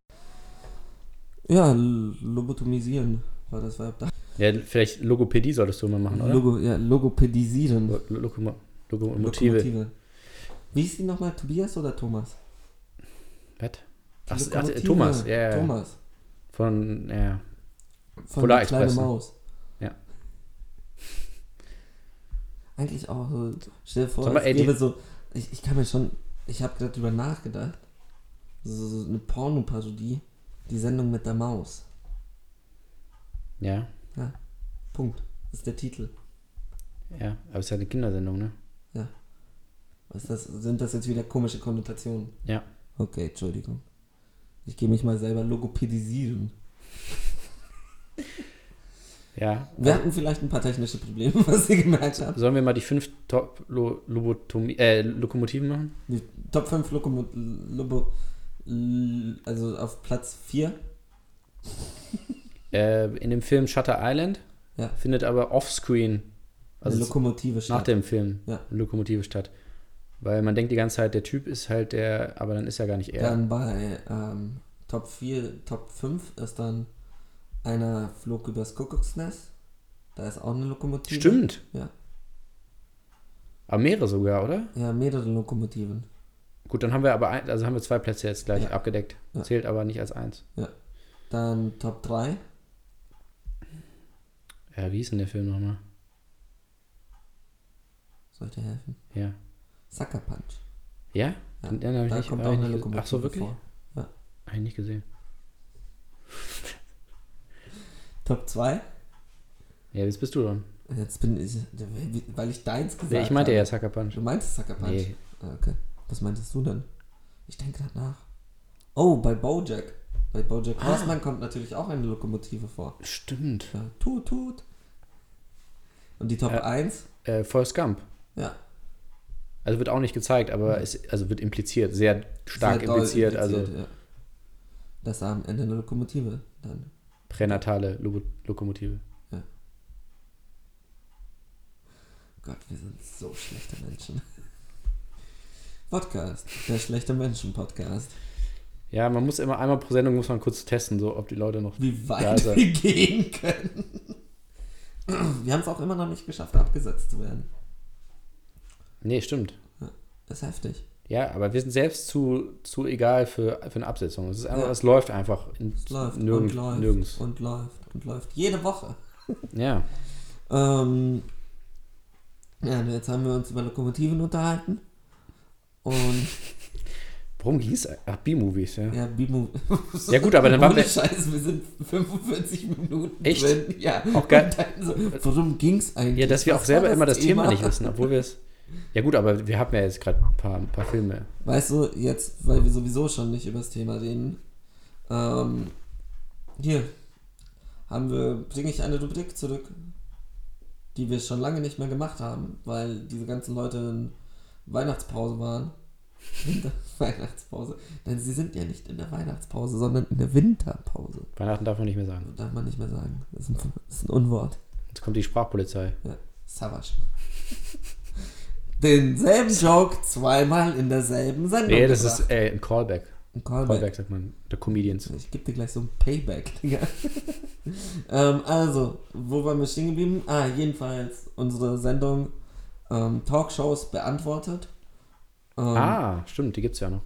[SPEAKER 3] Ja, l- lobotomisieren war das Verb damals.
[SPEAKER 4] Ja, vielleicht Logopädie solltest du mal machen, oder?
[SPEAKER 3] Logo, ja, logopädisieren.
[SPEAKER 4] Lo- Lo- Lokomo- Lokomotive.
[SPEAKER 3] Lokomotive. Wie hieß die nochmal? Tobias oder Thomas?
[SPEAKER 4] Was? Ach,
[SPEAKER 3] Die
[SPEAKER 4] ach, äh,
[SPEAKER 3] Lokomotive.
[SPEAKER 4] Thomas, ja, ja. Thomas.
[SPEAKER 3] Thomas.
[SPEAKER 4] Von, ja.
[SPEAKER 3] Von
[SPEAKER 4] Polar
[SPEAKER 3] Die Kleine
[SPEAKER 4] Express, ne?
[SPEAKER 3] Maus.
[SPEAKER 4] Ja.
[SPEAKER 3] <laughs> Eigentlich auch so. Stell dir vor,
[SPEAKER 4] Sag mal,
[SPEAKER 3] es
[SPEAKER 4] ey, die-
[SPEAKER 3] gäbe so. Ich, ich kann mir schon. Ich habe gerade drüber nachgedacht. So, so eine Pornoparodie. Die Sendung mit der Maus.
[SPEAKER 4] Ja,
[SPEAKER 3] Ja. Punkt. Das ist der Titel.
[SPEAKER 4] ja. Aber es ist ja eine Kindersendung, ne?
[SPEAKER 3] Ja. Was ist das, sind das jetzt wieder komische Konnotationen?
[SPEAKER 4] Ja.
[SPEAKER 3] Okay, Entschuldigung. Ich gehe mich mal selber logopädisieren.
[SPEAKER 4] Ja.
[SPEAKER 3] Wir hatten vielleicht ein paar technische Probleme, <laughs> was ihr gemerkt habt.
[SPEAKER 4] Sollen wir mal die fünf Top-Lobotomie, äh, Lokomotiven machen?
[SPEAKER 3] Die Top 5 Lokomo Lobo L- also auf Platz 4.
[SPEAKER 4] Äh, in dem Film Shutter Island
[SPEAKER 3] Ja.
[SPEAKER 4] findet aber offscreen,
[SPEAKER 3] Also
[SPEAKER 4] also
[SPEAKER 3] Lokomotive
[SPEAKER 4] nach
[SPEAKER 3] statt.
[SPEAKER 4] dem Film,
[SPEAKER 3] Ja.
[SPEAKER 4] eine Lokomotive statt. Weil man denkt die ganze Zeit, der Typ ist halt der, aber dann ist er gar nicht er.
[SPEAKER 3] Dann bei ähm, Top 4, Top 5 ist dann einer flog übers Kuckucksnest. Da ist auch eine Lokomotive.
[SPEAKER 4] Stimmt.
[SPEAKER 3] Ja,
[SPEAKER 4] Aber mehrere sogar, oder?
[SPEAKER 3] ja mehrere Lokomotiven.
[SPEAKER 4] Gut, dann haben wir aber ein, also haben wir zwei Plätze jetzt gleich
[SPEAKER 3] Ja.
[SPEAKER 4] abgedeckt.
[SPEAKER 3] Ja.
[SPEAKER 4] Zählt aber nicht als eins.
[SPEAKER 3] Ja. Dann Top 3.
[SPEAKER 4] Ja, wie hieß denn der Film nochmal?
[SPEAKER 3] Sollte helfen.
[SPEAKER 4] Ja.
[SPEAKER 3] Sucker Punch.
[SPEAKER 4] Ja?
[SPEAKER 3] Ja,
[SPEAKER 4] Den, den habe ich
[SPEAKER 3] da
[SPEAKER 4] nicht,
[SPEAKER 3] kommt
[SPEAKER 4] hab
[SPEAKER 3] auch
[SPEAKER 4] ich
[SPEAKER 3] eine
[SPEAKER 4] nicht ge-
[SPEAKER 3] Lokomotive
[SPEAKER 4] Ach so, wirklich?
[SPEAKER 3] vor. Ja.
[SPEAKER 4] Habe ich nicht gesehen.
[SPEAKER 3] Top 2.
[SPEAKER 4] Ja, jetzt bist du dran.
[SPEAKER 3] Jetzt bin ich, weil ich deins gesagt
[SPEAKER 4] Ja, ich meinte
[SPEAKER 3] habe.
[SPEAKER 4] ja Sucker Punch.
[SPEAKER 3] Du meinst Sucker Punch?
[SPEAKER 4] Nee.
[SPEAKER 3] Ah, okay. Was meintest du denn? Ich denke gerade nach. Oh, bei Bojack. Bei Bojack
[SPEAKER 4] Ah.
[SPEAKER 3] Horseman kommt natürlich auch eine Lokomotive vor.
[SPEAKER 4] Stimmt.
[SPEAKER 3] Ja, tut, tut. Und die Top
[SPEAKER 4] Ja.
[SPEAKER 3] 1?
[SPEAKER 4] Äh, Forrest Gump.
[SPEAKER 3] Ja.
[SPEAKER 4] Also wird auch nicht gezeigt, aber es also wird impliziert, sehr stark
[SPEAKER 3] Sehr doll
[SPEAKER 4] impliziert, also
[SPEAKER 3] ja. Das war am Ende eine Lokomotive dann.
[SPEAKER 4] pränatale Lo Lokomotive.
[SPEAKER 3] Gott, wir sind so schlechte Menschen. <laughs> Podcast. Der schlechte Menschen-Podcast.
[SPEAKER 4] Ja, man muss immer einmal pro Sendung muss man kurz testen, so ob die Leute noch.
[SPEAKER 3] wie
[SPEAKER 4] Ja,
[SPEAKER 3] weit
[SPEAKER 4] also-
[SPEAKER 3] wir gehen können. Wir haben es auch immer noch nicht geschafft, abgesetzt zu werden.
[SPEAKER 4] Nee, stimmt.
[SPEAKER 3] Das ist heftig.
[SPEAKER 4] Ja, aber wir sind selbst zu, zu egal für, für eine Absetzung. Es ist einfach,
[SPEAKER 3] Ja.
[SPEAKER 4] es läuft einfach in,
[SPEAKER 3] Es läuft
[SPEAKER 4] nirgend,
[SPEAKER 3] und läuft
[SPEAKER 4] nirgends.
[SPEAKER 3] und läuft und läuft. Jede Woche.
[SPEAKER 4] Ja.
[SPEAKER 3] Ähm, ja, und jetzt haben wir uns über Lokomotiven unterhalten. Und
[SPEAKER 4] Worum ging es? Ach, B-Movies, ja.
[SPEAKER 3] ja, <laughs> Bimu.
[SPEAKER 4] Ja, gut, aber dann waren
[SPEAKER 3] Ohne
[SPEAKER 4] wir-
[SPEAKER 3] Scheiß, wir sind 45 Minuten
[SPEAKER 4] Echt?
[SPEAKER 3] drin. Ja.
[SPEAKER 4] Auch geil.
[SPEAKER 3] Und dann so, worum ging's eigentlich?
[SPEAKER 4] Ja, dass wir
[SPEAKER 3] Was
[SPEAKER 4] auch selber
[SPEAKER 3] war
[SPEAKER 4] immer das Thema, nicht wissen, obwohl wir es. Ja, gut, aber wir haben ja jetzt gerade ein paar, ein paar Filme.
[SPEAKER 3] Weißt du, jetzt, weil wir sowieso schon nicht über das Thema reden, ähm, hier haben wir, bringe ich eine Rubrik zurück, die wir schon lange nicht mehr gemacht haben, weil diese ganzen Leute in Weihnachtspause waren. <laughs> Winter Weihnachtspause. Denn sie sind ja nicht in der Weihnachtspause, sondern in der Winterpause.
[SPEAKER 4] Weihnachten darf man nicht mehr sagen.
[SPEAKER 3] Darf man nicht mehr sagen. Das ist ein, das ist ein Unwort.
[SPEAKER 4] Jetzt kommt die Sprachpolizei.
[SPEAKER 3] Ja, Savage.
[SPEAKER 4] <laughs>
[SPEAKER 3] Denselben Joke zweimal in derselben Sendung.
[SPEAKER 4] Nee, das
[SPEAKER 3] gebracht.
[SPEAKER 4] ist äh, ein Callback.
[SPEAKER 3] ein Callback.
[SPEAKER 4] Callback sagt man, der Comedians.
[SPEAKER 3] Ich gebe dir gleich so ein
[SPEAKER 4] <laughs>
[SPEAKER 3] Payback, Digga. <laughs> ähm, also, wo waren wir stehen geblieben? Ah, jedenfalls unsere Sendung ähm, Talkshows beantwortet. Ähm,
[SPEAKER 4] Ah, stimmt, die gibt's ja noch.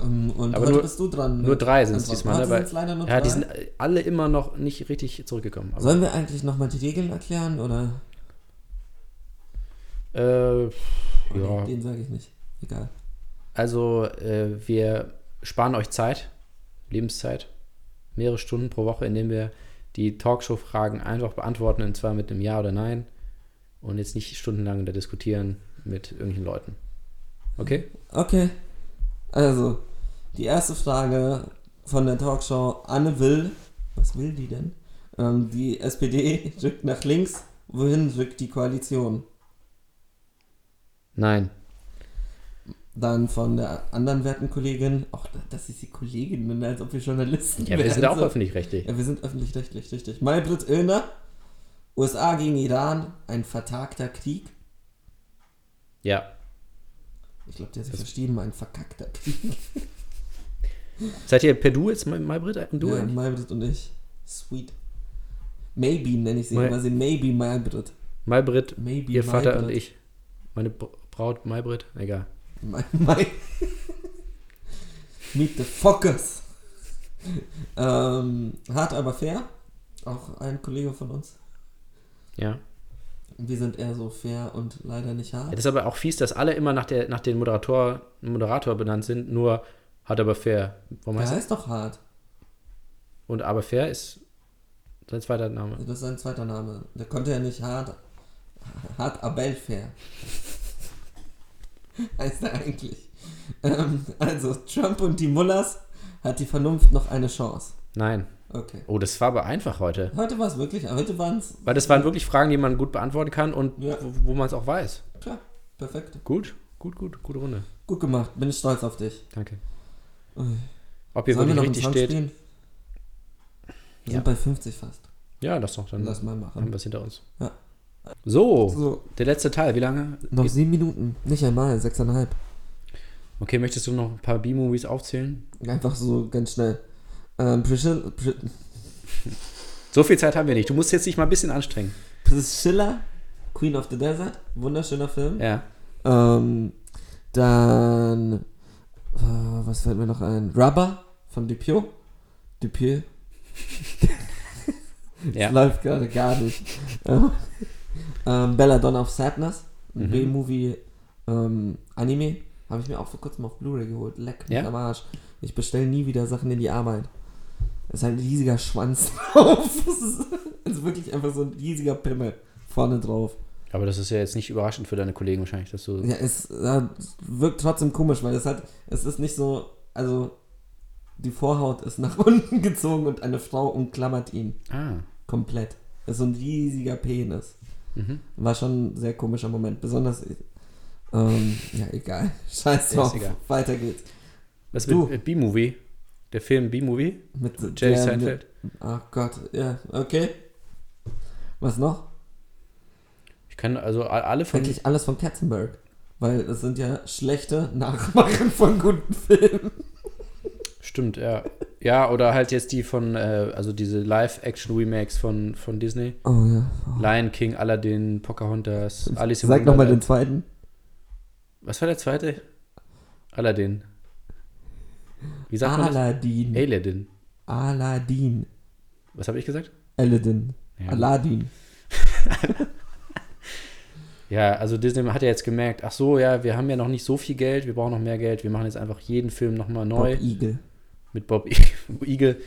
[SPEAKER 3] ähm, und
[SPEAKER 4] aber
[SPEAKER 3] heute
[SPEAKER 4] nur-
[SPEAKER 3] bist du dran.
[SPEAKER 4] Nur
[SPEAKER 3] mit
[SPEAKER 4] drei sind es
[SPEAKER 3] Antworten.
[SPEAKER 4] diesmal, ne?
[SPEAKER 3] Heute
[SPEAKER 4] Weil-
[SPEAKER 3] sind's leider nur
[SPEAKER 4] ja,
[SPEAKER 3] drei.
[SPEAKER 4] die sind äh, alle immer noch nicht richtig zurückgekommen. Aber,
[SPEAKER 3] Sollen wir eigentlich nochmal die Regeln erklären? Oder?
[SPEAKER 4] äh,
[SPEAKER 3] Nee,
[SPEAKER 4] ja,
[SPEAKER 3] Den sage ich nicht. Egal.
[SPEAKER 4] also äh, wir sparen euch Zeit, Lebenszeit, mehrere Stunden pro Woche, indem wir die Talkshow-Fragen einfach beantworten, und zwar mit einem Ja oder Nein und jetzt nicht stundenlang da diskutieren mit irgendwelchen Leuten. Okay?
[SPEAKER 3] Okay. Also, die erste Frage von der Talkshow Anne will. Was will die denn? Ähm, die SPD <laughs> rückt nach links. Wohin rückt die Koalition?
[SPEAKER 4] Nein.
[SPEAKER 3] Dann von der anderen werten Kollegin, auch das ist die Kollegin, ne, als ob wir Journalisten
[SPEAKER 4] Ja, wir sind auch
[SPEAKER 3] so.
[SPEAKER 4] öffentlich-rechtlich.
[SPEAKER 3] Ja, wir sind öffentlich-rechtlich, richtig. Maybrit Illner, USA gegen Iran, ein vertagter Krieg.
[SPEAKER 4] Ja.
[SPEAKER 3] Ich glaube, die hat sich verstehen, ein verkackter Krieg.
[SPEAKER 4] Seid ihr per Du jetzt, Mai- Maybrit? Und du?
[SPEAKER 3] ja, Maybrit und ich. Sweet. Maybe nenne ich sie
[SPEAKER 4] May-
[SPEAKER 3] immer, sie Maybe Maybrit.
[SPEAKER 4] Maybrit,
[SPEAKER 3] Maybe
[SPEAKER 4] ihr Vater und
[SPEAKER 3] Maybrit.
[SPEAKER 4] ich. Meine Br- Braut Maybrit, egal.
[SPEAKER 3] Mein, mein Meet the Fuckers. Ähm, hart aber fair. Auch ein Kollege von uns.
[SPEAKER 4] Ja.
[SPEAKER 3] Wir sind eher so fair und leider nicht
[SPEAKER 4] Ja,
[SPEAKER 3] hart.
[SPEAKER 4] Das ist aber auch fies, dass alle immer nach, der, nach dem Moderator, Moderator benannt sind, nur hat aber fair. Warum
[SPEAKER 3] Der
[SPEAKER 4] heißt das?
[SPEAKER 3] heißt doch hart.
[SPEAKER 4] Und aber fair ist sein zweiter Name.
[SPEAKER 3] Also Das ist sein zweiter Name. Der konnte ja nicht hart. Hart Abel fair. <laughs> heißt er eigentlich. Ähm, also, Trump und die Mullers hat die Vernunft noch eine Chance.
[SPEAKER 4] Nein.
[SPEAKER 3] Okay.
[SPEAKER 4] Oh, das war aber einfach heute.
[SPEAKER 3] Heute war es wirklich, heute waren es,
[SPEAKER 4] Weil das waren wirklich Fragen, die man gut beantworten kann und
[SPEAKER 3] Ja.
[SPEAKER 4] wo, wo man es auch weiß.
[SPEAKER 3] klar, perfekt.
[SPEAKER 4] Gut, gut, gut, gute Runde.
[SPEAKER 3] Gut gemacht, bin ich stolz auf dich.
[SPEAKER 4] Danke. Ob ihr
[SPEAKER 3] Sollen
[SPEAKER 4] wirklich
[SPEAKER 3] wir noch einen
[SPEAKER 4] richtig
[SPEAKER 3] Song
[SPEAKER 4] steht.
[SPEAKER 3] spielen?
[SPEAKER 4] Ja.
[SPEAKER 3] Wir sind bei 50 fast.
[SPEAKER 4] Ja, das noch. Dann
[SPEAKER 3] Lass mal
[SPEAKER 4] haben wir
[SPEAKER 3] machen.
[SPEAKER 4] es hinter uns.
[SPEAKER 3] Ja.
[SPEAKER 4] So,
[SPEAKER 3] So.
[SPEAKER 4] der letzte Teil, wie lange?
[SPEAKER 3] Noch sieben Minuten, nicht einmal, sechseinhalb.
[SPEAKER 4] Okay, möchtest du noch ein paar B-Movies aufzählen?
[SPEAKER 3] Einfach so ganz schnell. Ähm, Priscilla, Pri-
[SPEAKER 4] So viel Zeit haben wir nicht. Du musst jetzt dich mal ein bisschen anstrengen.
[SPEAKER 3] Priscilla, Queen of the Desert, wunderschöner Film.
[SPEAKER 4] Ja.
[SPEAKER 3] Ähm, dann, äh, was fällt mir noch ein? Rubber von Dupieux. Dupieux
[SPEAKER 4] <laughs> ja.
[SPEAKER 3] läuft gerade gar nicht. ähm, ähm, Belladonna of Sadness, ein
[SPEAKER 4] Mhm.
[SPEAKER 3] B-Movie ähm, Anime, habe ich mir auch vor kurzem auf Blu-ray geholt. Leck mich
[SPEAKER 4] Ja?
[SPEAKER 3] am Arsch. Ich bestelle nie wieder Sachen in die Arbeit. Da Ist halt ein riesiger Schwanz <laughs> drauf. Es ist, es ist wirklich einfach so ein riesiger Pimmel vorne drauf.
[SPEAKER 4] Aber das ist ja jetzt nicht überraschend für deine Kollegen wahrscheinlich, dass du.
[SPEAKER 3] Ja, es äh, wirkt trotzdem komisch, weil es hat, es ist nicht so, also die Vorhaut ist nach <laughs> unten gezogen und eine Frau umklammert ihn
[SPEAKER 4] Ah.
[SPEAKER 3] komplett. Das ist so ein riesiger Penis.
[SPEAKER 4] Mhm.
[SPEAKER 3] War schon ein sehr komischer Moment. Besonders, ähm, ja, egal. <laughs> Scheiß
[SPEAKER 4] Ist
[SPEAKER 3] drauf.
[SPEAKER 4] egal.
[SPEAKER 3] Weiter geht's.
[SPEAKER 4] Was
[SPEAKER 3] Du.
[SPEAKER 4] mit mit B-Movie? Der Film B-Movie?
[SPEAKER 3] Mit
[SPEAKER 4] Jerry
[SPEAKER 3] der-
[SPEAKER 4] Seinfeld?
[SPEAKER 3] Ach Gott, ja, okay. Was noch?
[SPEAKER 4] Ich kann also a- alle von.
[SPEAKER 3] Eigentlich alles von Katzenberg. Weil es sind ja schlechte Nachmachen von guten Filmen.
[SPEAKER 4] Stimmt, ja. Ja, oder halt jetzt die von, äh, also diese Live-Action-Remakes von, von Disney.
[SPEAKER 3] Oh ja.
[SPEAKER 4] Lion King, Aladdin, Pocahontas, Alice im
[SPEAKER 3] Sag nochmal den
[SPEAKER 4] Wunderland.
[SPEAKER 3] zweiten.
[SPEAKER 4] Was war der zweite? Aladdin. Wie sagt man das?
[SPEAKER 3] Aladdin.
[SPEAKER 4] Aladdin.
[SPEAKER 3] Aladdin.
[SPEAKER 4] Was habe ich gesagt?
[SPEAKER 3] Aladdin.
[SPEAKER 4] Ja.
[SPEAKER 3] Aladdin.
[SPEAKER 4] Ja, also Disney hat ja jetzt gemerkt, ach so, ja, wir haben ja noch nicht so viel Geld, wir brauchen noch mehr Geld, wir machen jetzt einfach jeden Film nochmal neu
[SPEAKER 3] Bob Igel.
[SPEAKER 4] mit Bob <laughs> Igel.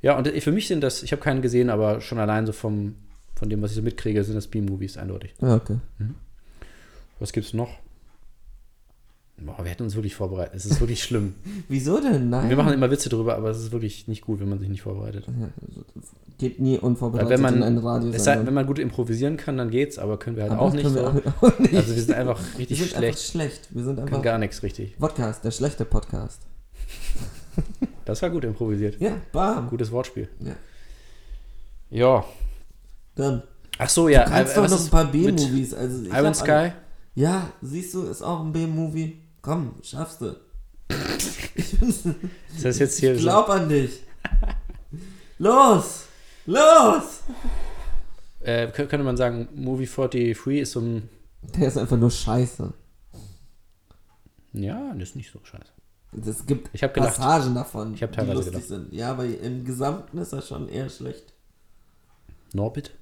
[SPEAKER 4] Ja, und äh, für mich sind das, ich habe keinen gesehen, aber schon allein so vom, von dem, was ich so mitkriege, sind das B-Movies eindeutig.
[SPEAKER 3] Ja, okay.
[SPEAKER 4] Was gibt's noch? Boah, wir hätten uns wirklich vorbereitet. Es ist wirklich schlimm.
[SPEAKER 3] Wieso denn? Nein.
[SPEAKER 4] Wir machen immer Witze drüber, aber es ist wirklich nicht gut, wenn man sich nicht vorbereitet.
[SPEAKER 3] Ja, also, geht nie
[SPEAKER 4] Weil
[SPEAKER 3] unvorbereitet
[SPEAKER 4] wenn
[SPEAKER 3] in ein
[SPEAKER 4] man,
[SPEAKER 3] Radio.
[SPEAKER 4] es sei, wenn man gut improvisieren kann, dann geht's, aber können wir halt auch nicht.
[SPEAKER 3] können
[SPEAKER 4] So.
[SPEAKER 3] wir
[SPEAKER 4] Also
[SPEAKER 3] <laughs> auch nicht.
[SPEAKER 4] wir sind einfach
[SPEAKER 3] wir
[SPEAKER 4] richtig
[SPEAKER 3] sind einfach
[SPEAKER 4] schlecht,
[SPEAKER 3] schlecht. Wir sind
[SPEAKER 4] können
[SPEAKER 3] einfach
[SPEAKER 4] gar nichts richtig.
[SPEAKER 3] Podcast, der schlechte Podcast.
[SPEAKER 4] Das war gut improvisiert.
[SPEAKER 3] Ja, bam.
[SPEAKER 4] Gutes Wortspiel.
[SPEAKER 3] Ja.
[SPEAKER 4] Ja.
[SPEAKER 3] Dann
[SPEAKER 4] Ach so, ja.
[SPEAKER 3] kannst
[SPEAKER 4] äh,
[SPEAKER 3] du doch
[SPEAKER 4] was
[SPEAKER 3] noch
[SPEAKER 4] ist
[SPEAKER 3] ein paar
[SPEAKER 4] mit
[SPEAKER 3] B-Movies. Also ich
[SPEAKER 4] Iron
[SPEAKER 3] hab
[SPEAKER 4] Sky?
[SPEAKER 3] alle- Ja, siehst du, ist auch ein B-Movie. Komm, schaffst du.
[SPEAKER 4] Ist das jetzt hier
[SPEAKER 3] Ich
[SPEAKER 4] so?
[SPEAKER 3] glaub an dich. Los! Los!
[SPEAKER 4] Äh, kö- könnte man sagen, Movie 43 ist so ein.
[SPEAKER 3] Der ist einfach nur scheiße.
[SPEAKER 4] Ja, das ist nicht so scheiße.
[SPEAKER 3] Es gibt
[SPEAKER 4] Ich hab gelacht.
[SPEAKER 3] Passagen davon,
[SPEAKER 4] Ich hab teilweise gelacht.
[SPEAKER 3] sind. Ja, aber im Gesamten ist er schon eher schlecht.
[SPEAKER 4] Norbit?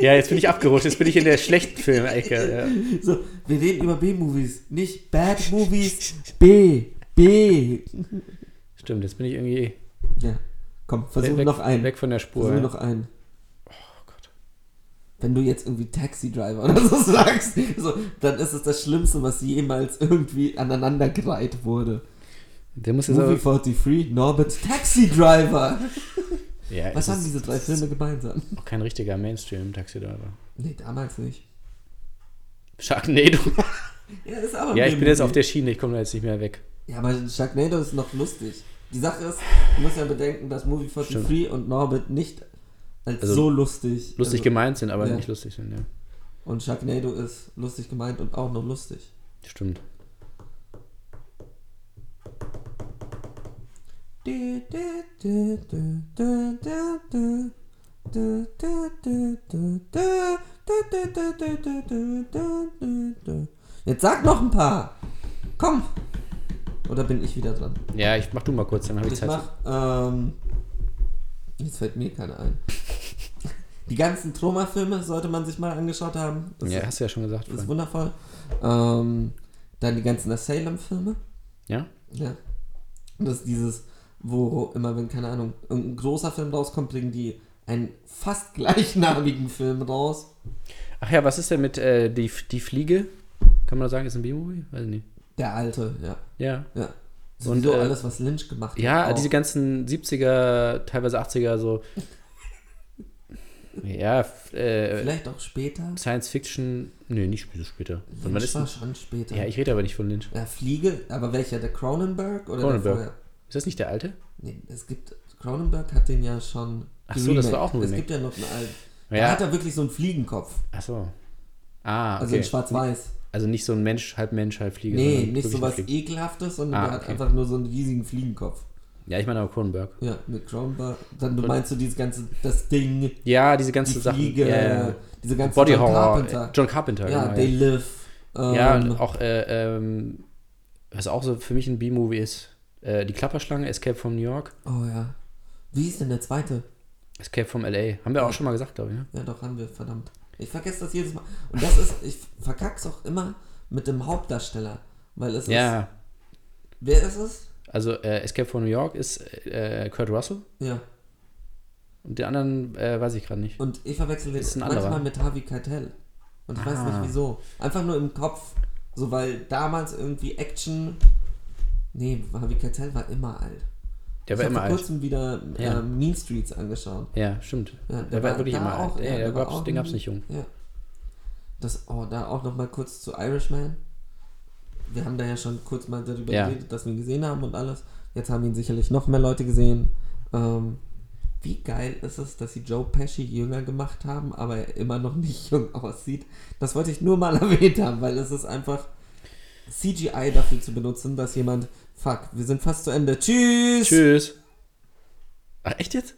[SPEAKER 4] ja, jetzt bin ich abgerutscht. Jetzt bin ich in der schlechten Filmecke. Ja.
[SPEAKER 3] So, wir reden über B-Movies, nicht Bad Movies. B, B.
[SPEAKER 4] Stimmt, jetzt bin ich irgendwie
[SPEAKER 3] Ja, komm, versuch
[SPEAKER 4] weg,
[SPEAKER 3] noch einen.
[SPEAKER 4] weg von der Spur.
[SPEAKER 3] versuch
[SPEAKER 4] Ja.
[SPEAKER 3] noch einen.
[SPEAKER 4] Oh Gott.
[SPEAKER 3] Wenn du jetzt irgendwie Taxi Driver oder so <laughs> sagst, so, dann ist es das Schlimmste, was jemals irgendwie aneinandergereiht wurde.
[SPEAKER 4] Der muss jetzt
[SPEAKER 3] Movie
[SPEAKER 4] aber,
[SPEAKER 3] 43, Norbert,
[SPEAKER 4] <laughs>
[SPEAKER 3] Taxi Driver.
[SPEAKER 4] ja, es
[SPEAKER 3] Was haben
[SPEAKER 4] ist
[SPEAKER 3] diese drei Filme gemeinsam?
[SPEAKER 4] auch kein richtiger Mainstream-Taxi-Driver.
[SPEAKER 3] Nee, damals nicht. <laughs>
[SPEAKER 4] Sharknado.
[SPEAKER 3] Ja, ist aber ein
[SPEAKER 4] ja, ich bin jetzt auf
[SPEAKER 3] B-Movie.
[SPEAKER 4] der Schiene. Ich komme da jetzt nicht mehr weg.
[SPEAKER 3] Ja, aber Sharknado ist noch lustig. Die Sache ist, du musst ja bedenken, dass Movie 43 und Norbit nicht als
[SPEAKER 4] Also,
[SPEAKER 3] so lustig.
[SPEAKER 4] Lustig
[SPEAKER 3] also,
[SPEAKER 4] gemeint sind, aber
[SPEAKER 3] ja.
[SPEAKER 4] nicht lustig sind. Ja.
[SPEAKER 3] Und Sharknado ist lustig gemeint und auch noch lustig.
[SPEAKER 4] Stimmt.
[SPEAKER 3] Du, du, du, du, du, du, du. Du, du, du, du, du. Du, du, du, du, du, du, du, du, du. Jetzt sag noch ein paar. Komm. Oder bin ich wieder dran?
[SPEAKER 4] Ja, ich mach du mal kurz, dann habe ich,
[SPEAKER 3] Ich
[SPEAKER 4] Zeit.
[SPEAKER 3] mach, ähm, jetzt fällt mir
[SPEAKER 4] <laughs>
[SPEAKER 3] keiner ein. Die ganzen Troma-Filme sollte man sich mal angeschaut haben. Das
[SPEAKER 4] ja,
[SPEAKER 3] ist,
[SPEAKER 4] hast du ja schon gesagt.
[SPEAKER 3] ist
[SPEAKER 4] vorhin.
[SPEAKER 3] wundervoll. Ähm, dann die ganzen Asylum-Filme.
[SPEAKER 4] Ja?
[SPEAKER 3] Ja. Und Das ist dieses, wo immer, wenn, keine Ahnung, irgendein großer Film rauskommt, bringen die einen fast <laughs> gleichnamigen Film raus.
[SPEAKER 4] Ach ja, was ist denn mit äh, die, die Fliege? Kann man da sagen, ist ein B-Movie? Weiß ich nicht.
[SPEAKER 3] Der alte, ja.
[SPEAKER 4] Ja.
[SPEAKER 3] Ja. Sowieso
[SPEAKER 4] äh,
[SPEAKER 3] alles, was Lynch gemacht hat.
[SPEAKER 4] Ja,
[SPEAKER 3] auch.
[SPEAKER 4] diese ganzen 70er, teilweise 80er,
[SPEAKER 3] <laughs>
[SPEAKER 4] so. ja, f- äh,
[SPEAKER 3] Vielleicht auch später.
[SPEAKER 4] Science Fiction. Nee, nicht so später. Von wann
[SPEAKER 3] Lynch
[SPEAKER 4] ist
[SPEAKER 3] war
[SPEAKER 4] denn?
[SPEAKER 3] schon später.
[SPEAKER 4] Ja, ich rede aber nicht von Lynch.
[SPEAKER 3] Ja, Äh, Fliege, aber welcher? Der Cronenberg oder der
[SPEAKER 4] Cronenberg.
[SPEAKER 3] vorher?
[SPEAKER 4] Ist das nicht der alte?
[SPEAKER 3] Nee, es gibt. Cronenberg hat den ja schon.
[SPEAKER 4] Ach so, das war auch ein
[SPEAKER 3] Es
[SPEAKER 4] Remake.
[SPEAKER 3] gibt ja noch einen alten. Da
[SPEAKER 4] Ja.
[SPEAKER 3] hat er wirklich so einen Fliegenkopf.
[SPEAKER 4] Ach so. Ah, okay.
[SPEAKER 3] Also in schwarz-weiß.
[SPEAKER 4] Also nicht so ein Mensch, halb Mensch, halb Fliege.
[SPEAKER 3] Nee,
[SPEAKER 4] sondern
[SPEAKER 3] nicht
[SPEAKER 4] wirklich
[SPEAKER 3] so
[SPEAKER 4] ein
[SPEAKER 3] was
[SPEAKER 4] Fliege.
[SPEAKER 3] Ekelhaftes, sondern
[SPEAKER 4] Ah,
[SPEAKER 3] der hat
[SPEAKER 4] okay.
[SPEAKER 3] einfach nur so einen riesigen Fliegenkopf.
[SPEAKER 4] Ja, ich meine aber Kronenberg.
[SPEAKER 3] Ja, mit Cronenberg. Dann du meinst du dieses ganze, das Ding,
[SPEAKER 4] Ja, diese
[SPEAKER 3] die
[SPEAKER 4] ganzen Sachen.
[SPEAKER 3] Fliege,
[SPEAKER 4] ja, ja.
[SPEAKER 3] diese ganze
[SPEAKER 4] Body
[SPEAKER 3] John
[SPEAKER 4] Horror.
[SPEAKER 3] Carpenter.
[SPEAKER 4] äh, John Carpenter,
[SPEAKER 3] ja,
[SPEAKER 4] genau.
[SPEAKER 3] They
[SPEAKER 4] ja.
[SPEAKER 3] Live. Ähm,
[SPEAKER 4] ja, und auch, äh, ähm, was auch so für mich ein B-Movie ist, äh, Die Klapperschlange, Escape from New York,
[SPEAKER 3] Oh ja. Wie ist denn der zweite?
[SPEAKER 4] Escape from L.A. Haben wir auch schon mal gesagt, glaube ich, ne?
[SPEAKER 3] Ja, doch, haben wir, verdammt. Ich vergesse das jedes Mal. Und das ist, ich verkack's auch immer mit dem Hauptdarsteller. Weil es ist.
[SPEAKER 4] Ja,
[SPEAKER 3] Wer ist es?
[SPEAKER 4] also äh, Escape from New York ist äh, Kurt Russell
[SPEAKER 3] Ja.
[SPEAKER 4] und den anderen äh, weiß ich gerade nicht.
[SPEAKER 3] Und ich verwechsel den
[SPEAKER 4] Ist ein anderer.
[SPEAKER 3] manchmal mit Harvey Keitel. Und ich weiß
[SPEAKER 4] Ah.
[SPEAKER 3] nicht wieso. Einfach nur im Kopf. So, weil damals irgendwie Action. Nee, Harvey Keitel war immer alt.
[SPEAKER 4] Der
[SPEAKER 3] ich
[SPEAKER 4] war
[SPEAKER 3] hab
[SPEAKER 4] immer
[SPEAKER 3] vor
[SPEAKER 4] alt.
[SPEAKER 3] kurzem wieder äh,
[SPEAKER 4] Ja.
[SPEAKER 3] Mean Streets angeschaut.
[SPEAKER 4] Ja, stimmt.
[SPEAKER 3] Ja,
[SPEAKER 4] der, war wirklich
[SPEAKER 3] da
[SPEAKER 4] immer alt. Ja,
[SPEAKER 3] ja,
[SPEAKER 4] der
[SPEAKER 3] war
[SPEAKER 4] gab's,
[SPEAKER 3] auch
[SPEAKER 4] den gab's
[SPEAKER 3] ein-
[SPEAKER 4] nicht jung.
[SPEAKER 3] Ja. Das, oh, da auch nochmal kurz zu Irishman. Wir haben da ja schon kurz mal darüber
[SPEAKER 4] Ja.
[SPEAKER 3] geredet, dass wir ihn gesehen haben und alles. Jetzt haben ihn sicherlich noch mehr Leute gesehen. Ähm, wie geil ist es, dass sie Joe Pesci jünger gemacht haben, aber er immer noch nicht <laughs> jung aussieht. Das wollte ich nur mal <laughs> erwähnt haben, weil es ist einfach CGI dafür zu benutzen, dass jemand, fuck, wir sind fast zu Ende. Tschüss!
[SPEAKER 4] Tschüss. Ach, Ah, echt jetzt?